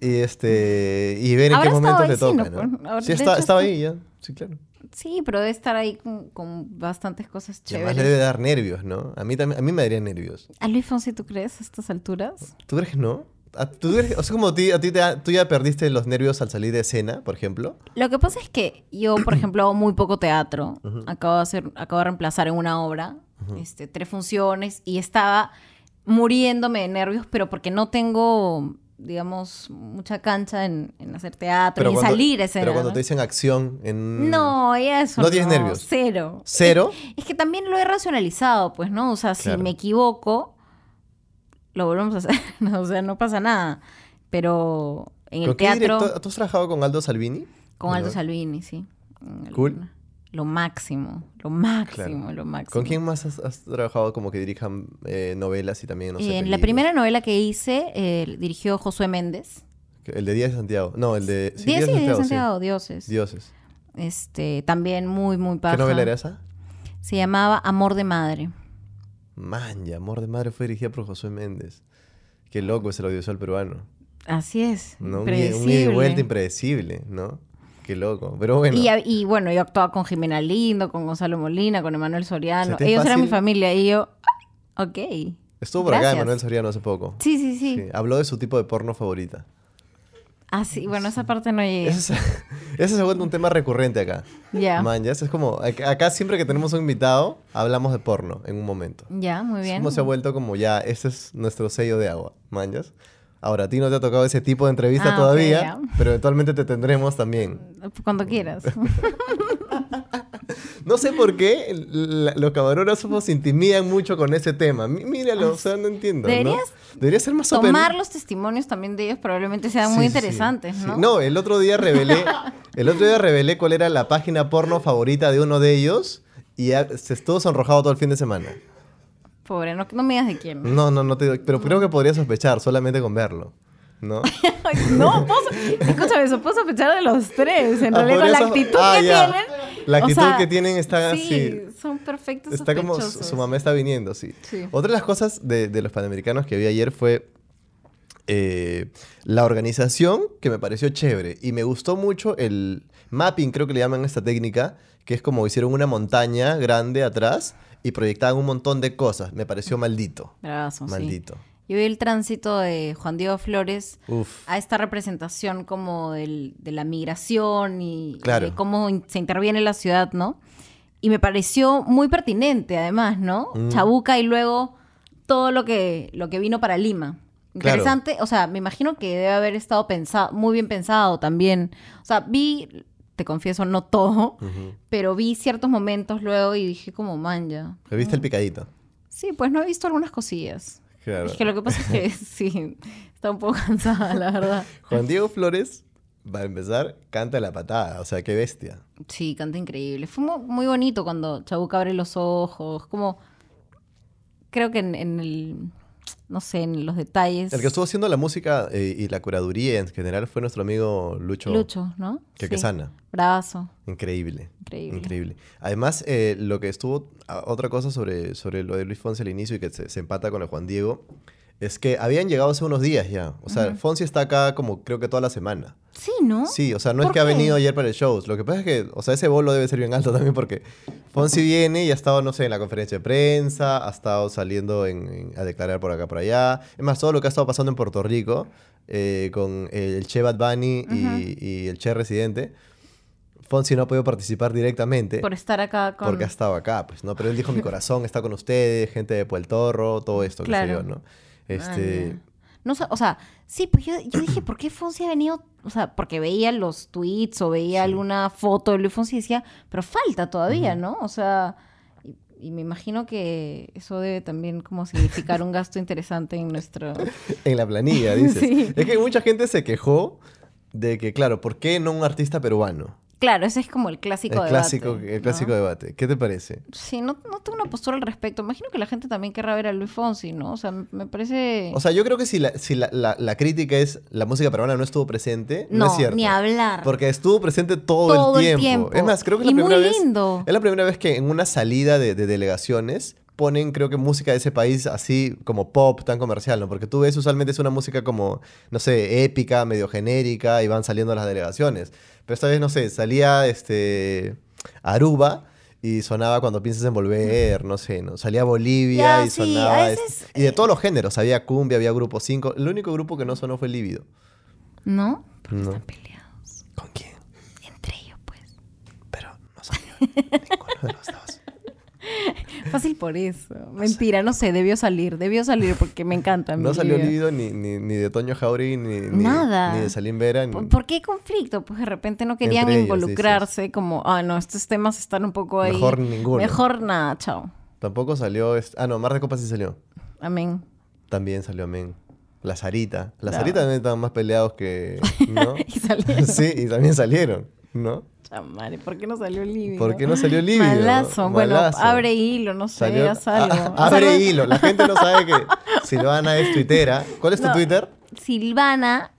Speaker 1: y, este, y ver en
Speaker 2: Ahora
Speaker 1: qué
Speaker 2: estaba
Speaker 1: momentos
Speaker 2: ahí,
Speaker 1: le
Speaker 2: sí, ¿no?
Speaker 1: toca, ¿no?
Speaker 2: Por- ahora-
Speaker 1: Sí,
Speaker 2: de
Speaker 1: está-
Speaker 2: hecho,
Speaker 1: estaba
Speaker 2: está-
Speaker 1: ahí ya, sí, claro.
Speaker 2: Sí, pero debe estar ahí con, con bastantes cosas
Speaker 1: Y además le
Speaker 2: chéveres.
Speaker 1: debe dar nervios, ¿no? A mí, también, a mí me darían nervios.
Speaker 2: ¿A Luis Fonsi tú crees a estas alturas?
Speaker 1: ¿Tú crees que no? ¿A- ¿Tú crees, o sea, como a ti, a ti te da- tú ya perdiste los nervios al salir de escena, por ejemplo.
Speaker 2: Lo que pasa es que yo,
Speaker 1: <clears throat>
Speaker 2: por ejemplo, hago muy poco teatro. Acabo de hacer, acabo de reemplazar en una obra, este, tres funciones, y estaba muriéndome de nervios, pero porque no tengo, digamos, mucha cancha en, en hacer teatro, ni
Speaker 1: cuando,
Speaker 2: salir a escena.
Speaker 1: pero cuando
Speaker 2: ¿no?
Speaker 1: te dicen acción en...
Speaker 2: No, y eso.
Speaker 1: ¿No tienes nervios?
Speaker 2: Cero.
Speaker 1: ¿Cero?
Speaker 2: Es, es que también lo he racionalizado, pues, ¿no? O sea, si
Speaker 1: Claro.
Speaker 2: me equivoco, lo volvemos a hacer. <laughs> No, o sea, no pasa nada. Pero en el
Speaker 1: ¿Con qué
Speaker 2: teatro,
Speaker 1: director- ¿Tú has trabajado con Aldo Salvini?
Speaker 2: con Aldo
Speaker 1: ¿No?
Speaker 2: Salvini, sí. En
Speaker 1: Cool.
Speaker 2: alguna. Lo máximo, lo máximo,
Speaker 1: Claro.
Speaker 2: lo máximo.
Speaker 1: ¿Con quién más has, has trabajado como que dirijan eh, novelas y también, no sé,
Speaker 2: Eh, en la
Speaker 1: películas?
Speaker 2: primera novela que hice eh, dirigió Josué Méndez.
Speaker 1: El de Díaz de Santiago. No, el de... sí,
Speaker 2: Diez y
Speaker 1: de
Speaker 2: Diez de
Speaker 1: sí.
Speaker 2: Santiago, Dioses.
Speaker 1: Dioses.
Speaker 2: Este, también muy, muy
Speaker 1: ¿Qué
Speaker 2: paja.
Speaker 1: novela era esa?
Speaker 2: Se llamaba Amor de Madre.
Speaker 1: Man, ya, Amor de Madre fue dirigida por José Méndez. Qué loco es el audiovisual peruano.
Speaker 2: Así es.
Speaker 1: ¿no? Un ida- Un ida y
Speaker 2: Impredecible.
Speaker 1: vuelta impredecible, ¿no? Qué loco. Pero bueno.
Speaker 2: Y, a- y bueno, yo actuaba con Jimena Lindo, con Gonzalo Molina, con Emanuel
Speaker 1: ¿Se
Speaker 2: Soriano.
Speaker 1: te es
Speaker 2: Ellos eran mi
Speaker 1: fácil?
Speaker 2: familia y yo, ah, ok. Sí,
Speaker 1: Estuvo por acá
Speaker 2: Gracias.
Speaker 1: Manuel Soriano hace poco.
Speaker 2: sí, sí.
Speaker 1: Sí, Habló de su tipo de porno favorita.
Speaker 2: Así, bueno, esa parte no llegué.
Speaker 1: Ese es- <laughs> ese se vuelve un tema recurrente acá.
Speaker 2: Ya.
Speaker 1: Man, ya, ese es como. ac- Acá siempre que tenemos un invitado, hablamos de porno en un momento.
Speaker 2: Ya, muy bien.
Speaker 1: Como se ha vuelto como ya, este es nuestro sello de agua, manjas. Ahora, a ti no te ha tocado ese tipo de entrevista
Speaker 2: Ah, ok,
Speaker 1: todavía,
Speaker 2: ya.
Speaker 1: pero eventualmente te tendremos también.
Speaker 2: Cuando quieras.
Speaker 1: No sé por qué la- los camarógrafos se intimidan mucho con ese tema. Mí- Míralo, o sea, no entiendo. ¿no?
Speaker 2: Ah, Deberías
Speaker 1: Debería ser más open.
Speaker 2: Tomar los testimonios también de ellos probablemente sean
Speaker 1: Sí,
Speaker 2: muy
Speaker 1: sí, sí.
Speaker 2: interesantes,
Speaker 1: Sí.
Speaker 2: ¿no?
Speaker 1: el otro día revelé,
Speaker 2: <laughs>
Speaker 1: el otro día revelé cuál era la página porno favorita de uno de ellos y ya se estuvo sonrojado todo el fin de semana.
Speaker 2: Pobre, no, no me digas de quién.
Speaker 1: No, no, no te digo, pero creo que podría sospechar solamente con verlo, ¿no?
Speaker 2: Ay, no, puedo, escúchame, eso puedo sospechar de los tres. <laughs> En
Speaker 1: Ah, podría
Speaker 2: realidad, con la
Speaker 1: so-
Speaker 2: actitud
Speaker 1: Ah,
Speaker 2: que
Speaker 1: ya.
Speaker 2: tienen.
Speaker 1: La
Speaker 2: o
Speaker 1: actitud
Speaker 2: sea,
Speaker 1: que tienen está
Speaker 2: Sí,
Speaker 1: así.
Speaker 2: son perfectos
Speaker 1: Está como su-
Speaker 2: sospechosos.
Speaker 1: su mamá está viniendo, sí.
Speaker 2: Sí.
Speaker 1: Otra de las cosas de, de los panamericanos que vi ayer fue eh, la organización que me pareció chévere y me gustó mucho el mapping, creo que le llaman esta técnica, que es como hicieron una montaña grande atrás y proyectaban un montón de cosas. Me pareció maldito.
Speaker 2: Bravazo, Oh, sí.
Speaker 1: Maldito.
Speaker 2: Yo vi el tránsito de Juan Diego Flores
Speaker 1: Uf.
Speaker 2: a esta representación como del- de la migración y,
Speaker 1: Claro.
Speaker 2: y de cómo in- se interviene la ciudad, ¿no? Y me pareció muy pertinente, además, ¿no?
Speaker 1: Mm.
Speaker 2: Chabuca y luego todo lo que, lo que vino para Lima.
Speaker 1: Claro.
Speaker 2: Interesante, o sea, me imagino que debe haber estado pensado, muy bien pensado también. O sea, vi, te confieso, no todo, pero vi ciertos momentos luego y dije como, man, ya.
Speaker 1: ¿Me viste el picadito?
Speaker 2: Sí, pues no he visto algunas cosillas.
Speaker 1: Claro.
Speaker 2: <laughs> Es que lo que pasa es que sí, está un poco cansada, la verdad.
Speaker 1: Juan Diego Flores para empezar, canta la patada, o sea, qué bestia.
Speaker 2: Sí, canta increíble. Fue mu- muy bonito cuando Chabuca abre los ojos, como creo que en, en el, no sé, en los detalles.
Speaker 1: El que estuvo haciendo la música eh, y la curaduría en general fue nuestro amigo Lucho.
Speaker 2: Lucho, ¿no?
Speaker 1: Que
Speaker 2: Sí.
Speaker 1: que sana.
Speaker 2: Bravazo.
Speaker 1: Increíble.
Speaker 2: Increíble.
Speaker 1: Increíble. Además, eh, lo que estuvo, a- otra cosa sobre, sobre lo de Luis Fonsi al inicio y que se, se empata con el Juan Diego, es que habían llegado hace unos días ya. O sea, Fonsi está acá como creo que toda la semana.
Speaker 2: Sí, ¿no?
Speaker 1: Sí, o sea, no es
Speaker 2: ¿Por
Speaker 1: que ha
Speaker 2: qué?
Speaker 1: venido ayer para el show. Lo que pasa es que, o sea, ese bolo debe ser bien alto también porque Fonsi viene y ha estado, no sé, en la conferencia de prensa, ha estado saliendo en- en- a declarar por acá, por allá. Es más, todo lo que ha estado pasando en Puerto Rico eh, con el Che Bad Bunny y- y, el Che Residente. Fonsi no ha podido participar directamente
Speaker 2: Por estar acá con...
Speaker 1: porque ha estado acá, pues, ¿no? Pero él dijo,
Speaker 2: <laughs>
Speaker 1: mi corazón está con ustedes, gente de Puertorro, todo esto, que sé
Speaker 2: Claro.
Speaker 1: yo, ¿no? Este...
Speaker 2: Ah, No, sé, o sea, sí, pues yo, yo dije, ¿por qué Fonsi ha venido? O sea, porque veía los tweets o veía alguna foto de Luis Fonsi y decía, pero falta todavía, ¿no? O sea, y, y me imagino que eso debe también como significar un gasto interesante en nuestro...
Speaker 1: En la
Speaker 2: <laughs>
Speaker 1: planilla, dices.
Speaker 2: Sí.
Speaker 1: Es que mucha gente se quejó de que, claro, ¿por qué no un artista peruano?
Speaker 2: Claro, ese es como el clásico
Speaker 1: el
Speaker 2: debate.
Speaker 1: clásico, el
Speaker 2: ¿no?
Speaker 1: clásico debate. ¿Qué te parece?
Speaker 2: Sí, no, no tengo una postura al respecto. Imagino que la gente también querrá ver a Luis Fonsi, ¿no? O sea, me me parece...
Speaker 1: O sea, yo creo que si la, si la, la- la crítica es la música peruana no estuvo presente, no,
Speaker 2: No,
Speaker 1: es cierto.
Speaker 2: ni hablar.
Speaker 1: Porque estuvo presente todo,
Speaker 2: Todo
Speaker 1: el,
Speaker 2: el
Speaker 1: tiempo.
Speaker 2: tiempo.
Speaker 1: Es más, creo que es la
Speaker 2: Y muy
Speaker 1: primera
Speaker 2: lindo.
Speaker 1: vez. Es la primera vez que en una salida de, de delegaciones ponen, creo que música de ese país así como pop, tan comercial, ¿no? Porque tú ves usualmente es una música como, no sé, épica, medio genérica, y van saliendo las delegaciones. Pero esta vez, no sé, salía este Aruba. Y sonaba cuando piensas en volver, no sé, ¿no? Salía Bolivia
Speaker 2: Ya,
Speaker 1: y
Speaker 2: sí,
Speaker 1: sonaba.
Speaker 2: a
Speaker 1: este-
Speaker 2: veces, eh,
Speaker 1: y de todos los géneros. Había cumbia, había grupo 5. El único grupo que no sonó fue Líbido.
Speaker 2: ¿No? Porque
Speaker 1: No.
Speaker 2: están peleados.
Speaker 1: ¿Con quién?
Speaker 2: Entre ellos, pues.
Speaker 1: Pero no salió ninguno de los
Speaker 2: <laughs>
Speaker 1: dos.
Speaker 2: Fácil por eso. Mentira, no sé, debió salir, debió salir porque me encanta. a mí
Speaker 1: No salió
Speaker 2: Olivia.
Speaker 1: Líbido ni, ni, ni de Toño Jauregui, ni, ni,
Speaker 2: Nada.
Speaker 1: ni de Salim Vera. ni-
Speaker 2: ¿Por- ¿Por qué conflicto? Pues de repente no querían
Speaker 1: Entre ellos,
Speaker 2: involucrarse, como, ah, no, estos temas están un poco ahí.
Speaker 1: Mejor ninguno.
Speaker 2: Mejor nada, chao.
Speaker 1: Tampoco salió... est- Ah, no, Mar de Copas sí salió.
Speaker 2: Amén. <laughs>
Speaker 1: También salió, amén. La Sarita. La
Speaker 2: No.
Speaker 1: Sarita también estaban más peleados
Speaker 2: <laughs>
Speaker 1: que... ¿No?
Speaker 2: Y
Speaker 1: <laughs>
Speaker 2: salieron.
Speaker 1: sí, y también salieron, ¿no?
Speaker 2: Chamare, ¿por qué no salió Líbido?
Speaker 1: ¿Por qué no salió Líbido?
Speaker 2: Malazo. Bueno,
Speaker 1: Malazo.
Speaker 2: abre hilo, no sé,
Speaker 1: Salió-
Speaker 2: haz algo.
Speaker 1: Ah,
Speaker 2: O sea,
Speaker 1: abre
Speaker 2: no-
Speaker 1: hilo. La gente no sabe
Speaker 2: <laughs>
Speaker 1: que Silvana es tuitera. ¿Cuál es tu
Speaker 2: No.
Speaker 1: Twitter?
Speaker 2: Silvana.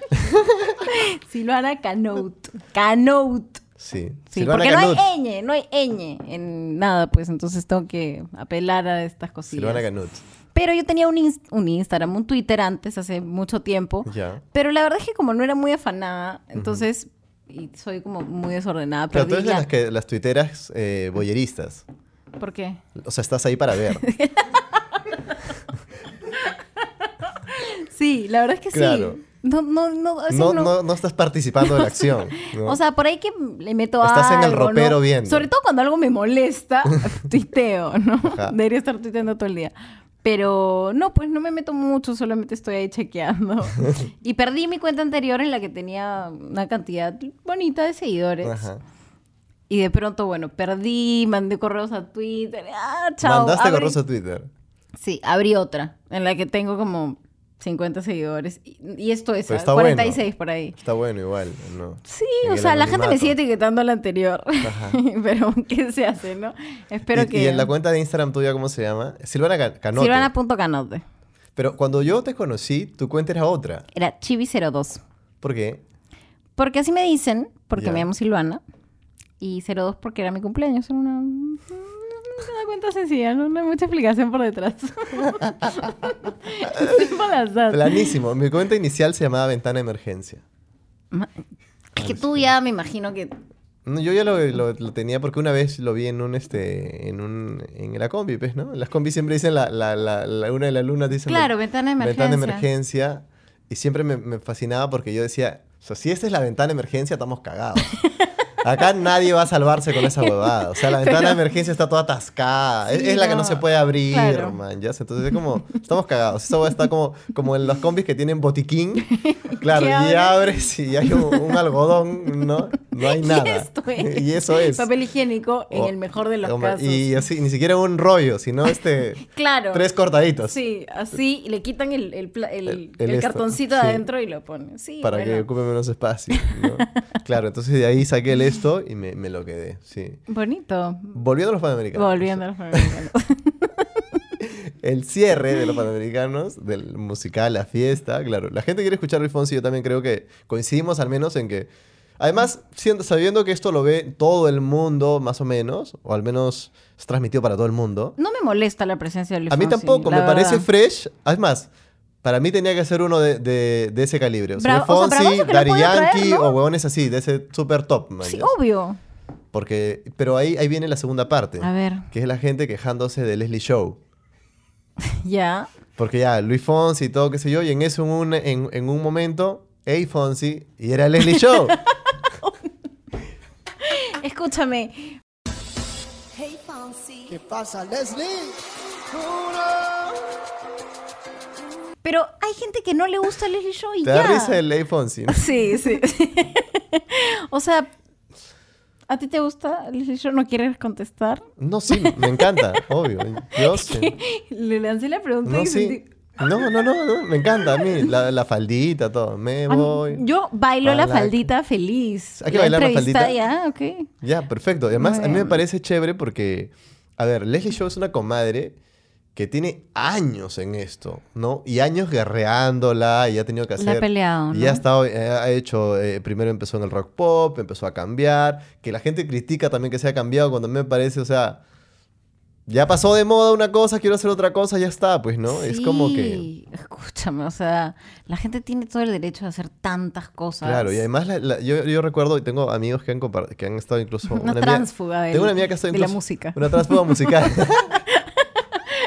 Speaker 2: <laughs> Silvana Canout. Canout.
Speaker 1: Sí.
Speaker 2: Sí,
Speaker 1: Silvana
Speaker 2: porque
Speaker 1: Canut.
Speaker 2: no hay ñ, no hay ñ en nada, pues entonces tengo que apelar a estas cosillas.
Speaker 1: Silvana Canut.
Speaker 2: Pero yo tenía un, ins- un Instagram, un Twitter antes, hace mucho tiempo.
Speaker 1: Ya.
Speaker 2: Pero la verdad es que como no era muy afanada, entonces, y soy como muy desordenada,
Speaker 1: Pero
Speaker 2: pero
Speaker 1: tú eres de las, que, las tuiteras eh, boyeristas.
Speaker 2: ¿Por qué?
Speaker 1: O sea, estás ahí para ver.
Speaker 2: Sí, la verdad es que
Speaker 1: Claro.
Speaker 2: sí. No, no, no, a veces
Speaker 1: No,
Speaker 2: no-
Speaker 1: no, no estás participando de la
Speaker 2: <laughs>
Speaker 1: acción. ¿no?
Speaker 2: O sea, por ahí que le meto
Speaker 1: Estás en el
Speaker 2: algo. ¿no?
Speaker 1: ropero viendo.
Speaker 2: Sobre todo cuando algo
Speaker 1: <laughs>
Speaker 2: me molesta, tuiteo, ¿no?
Speaker 1: Ajá.
Speaker 2: Debería estar tuiteando todo el día. Pero no, pues no me meto mucho, solamente estoy
Speaker 1: <laughs>
Speaker 2: ahí chequeando. y perdí mi cuenta anterior en la que tenía una cantidad bonita de seguidores.
Speaker 1: Ajá.
Speaker 2: Y de pronto, bueno, perdí, mandé correos a Twitter. Ah, chao.
Speaker 1: Mandaste
Speaker 2: abrí-
Speaker 1: correos a Twitter.
Speaker 2: Sí, abrí otra en la que tengo como 50 seguidores. Y, y esto es
Speaker 1: Pero Pues
Speaker 2: ah,
Speaker 1: está bueno.
Speaker 2: 46 por ahí.
Speaker 1: Está bueno igual, ¿no?
Speaker 2: Sí,
Speaker 1: En
Speaker 2: o
Speaker 1: el
Speaker 2: sea, la gente me
Speaker 1: anonimato.
Speaker 2: sigue etiquetando a la anterior.
Speaker 1: Ajá.
Speaker 2: <laughs> Pero, ¿qué se hace, no? Espero
Speaker 1: y,
Speaker 2: que.
Speaker 1: y en la cuenta de Instagram tuya, ¿cómo se llama? Silvana Can- Canote.
Speaker 2: Silvana.canote.
Speaker 1: Pero cuando yo te conocí, tu cuenta era otra.
Speaker 2: Era Chibi02.
Speaker 1: ¿Por qué?
Speaker 2: Porque así me dicen, porque
Speaker 1: Ya.
Speaker 2: me llamo Silvana. Y 02 porque era mi cumpleaños. Era una. Una cuenta sencilla, no, no hay mucha explicación por detrás. <laughs> Estoy embarazada.
Speaker 1: Planísimo. Mi cuenta inicial se llamaba Ventana de Emergencia.
Speaker 2: Ma- Es que tú ya me imagino que.
Speaker 1: No, yo ya lo, lo- lo tenía porque una vez lo vi en un este en un en la combi, pues, ¿no? Las combis siempre dicen la, la, la, la- una de las lunas dicen
Speaker 2: Claro,
Speaker 1: ve-
Speaker 2: ventana de
Speaker 1: ventana de
Speaker 2: emergencia.
Speaker 1: emergencia y siempre me, me fascinaba porque yo decía, o sea, si esta es la ventana de emergencia estamos
Speaker 2: <laughs>
Speaker 1: cagados. Acá nadie va a salvarse con esa huevada. O sea, la ventana de emergencia está toda atascada. es,
Speaker 2: Sí,
Speaker 1: es la que no
Speaker 2: no.
Speaker 1: se puede abrir,
Speaker 2: Claro.
Speaker 1: man. ya sé. Entonces es como, estamos cagados. Esa huevada está como, como en
Speaker 2: <laughs>
Speaker 1: los combis que tienen botiquín. Claro,
Speaker 2: Que
Speaker 1: y
Speaker 2: abren.
Speaker 1: abres y hay un, un algodón, ¿no? No hay nada.
Speaker 2: <laughs> Y esto
Speaker 1: <laughs>
Speaker 2: es.
Speaker 1: Y eso es.
Speaker 2: Papel higiénico en
Speaker 1: O-
Speaker 2: el mejor de los
Speaker 1: Hombre,
Speaker 2: casos.
Speaker 1: Y así, ni siquiera un rollo, sino este.
Speaker 2: <laughs> Claro.
Speaker 1: Tres cortaditos.
Speaker 2: Sí, así y le quitan el, el, pla- el-
Speaker 1: El- el
Speaker 2: el
Speaker 1: esto,
Speaker 2: cartoncito de
Speaker 1: sí.
Speaker 2: adentro y lo ponen. Sí,
Speaker 1: para que
Speaker 2: bueno.
Speaker 1: ocupe menos espacio.
Speaker 2: <laughs>
Speaker 1: ¿no? claro, entonces de ahí saqué el esto y me, me lo quedé. Sí.
Speaker 2: Bonito.
Speaker 1: Volviendo a los panamericanos.
Speaker 2: Volviendo a los panamericanos.
Speaker 1: <laughs> El cierre de los panamericanos, del musical, la fiesta, claro. La gente quiere escuchar Luis Fonsi, yo también creo que coincidimos al menos en que. Además, siendo- sabiendo que esto lo ve todo el mundo, más o menos, o al menos es transmitido para todo el mundo.
Speaker 2: No me molesta la presencia de Luis
Speaker 1: A mí
Speaker 2: Fonsi,
Speaker 1: tampoco, me
Speaker 2: la
Speaker 1: parece
Speaker 2: verdad.
Speaker 1: fresh. Además, para mí tenía que ser uno de, de- de ese calibre. O sea,
Speaker 2: Bravo- o sea,
Speaker 1: Fonsi,
Speaker 2: bravazo que lo
Speaker 1: Daddy
Speaker 2: puede traer,
Speaker 1: Yankee
Speaker 2: ¿no?
Speaker 1: o huevones así, de ese super top. man,
Speaker 2: Sí,
Speaker 1: ¿ya?
Speaker 2: obvio.
Speaker 1: Porque, pero ahí, ahí viene la segunda parte,
Speaker 2: A ver,
Speaker 1: que es la gente quejándose de Leslie Show.
Speaker 2: ya.
Speaker 1: Porque ya, Luis Fonsi y todo, qué sé yo, y en eso, en un, en, en un momento, hey Fonsi, y era
Speaker 2: <laughs>
Speaker 1: Leslie Show.
Speaker 2: Escúchame.
Speaker 10: ¿Qué pasa, Leslie?
Speaker 2: Pero hay gente que no le gusta Leslie Show y
Speaker 1: Te da
Speaker 2: ya.
Speaker 1: risa el hey Fonsi. ¿no?
Speaker 2: Sí, sí. <laughs> o sea, ¿a ti te gusta Leslie Show? ¿No quieres contestar?
Speaker 1: No, sí, me
Speaker 2: <laughs>
Speaker 1: encanta, obvio. Yo sí.
Speaker 2: Le lancé la pregunta
Speaker 1: No,
Speaker 2: y
Speaker 1: sí.
Speaker 2: sentí-
Speaker 1: No, no, no, no, me encanta a mí. La, la faldita, todo. Me
Speaker 2: A mí-
Speaker 1: voy.
Speaker 2: Ah, Yo bailo
Speaker 1: Pa'
Speaker 2: la
Speaker 1: la-
Speaker 2: faldita feliz.
Speaker 1: Hay que bailar la
Speaker 2: entrevista,
Speaker 1: faldita.
Speaker 2: Ya, ok.
Speaker 1: Ya, perfecto. Y Además,
Speaker 2: Muy
Speaker 1: a mí me
Speaker 2: bien.
Speaker 1: parece chévere porque, a ver, Leslie Show es una comadre que tiene años en esto, ¿no? Y años guerreándola y ha tenido que hacer...
Speaker 2: La ha peleado,
Speaker 1: Y ha
Speaker 2: ¿no?
Speaker 1: estado, eh, ha hecho, eh, primero empezó en el rock pop, empezó a cambiar, que la gente critica también que se ha cambiado cuando a mí me parece, o sea, ya pasó de moda una cosa, quiero hacer otra cosa, ya está, pues, ¿no? Es como que...
Speaker 2: Sí, Escúchame, o sea, la gente tiene todo el derecho de hacer tantas cosas.
Speaker 1: Claro, y además la- la- yo, yo recuerdo y tengo amigos que han, compart- que han estado incluso...
Speaker 2: <laughs> <laughs> Una
Speaker 1: amiga-
Speaker 2: tránsfuga del-
Speaker 1: Tengo una amiga que ha estado
Speaker 2: de la
Speaker 1: incluso-
Speaker 2: música.
Speaker 1: Una tránsfuga musical.
Speaker 2: <laughs>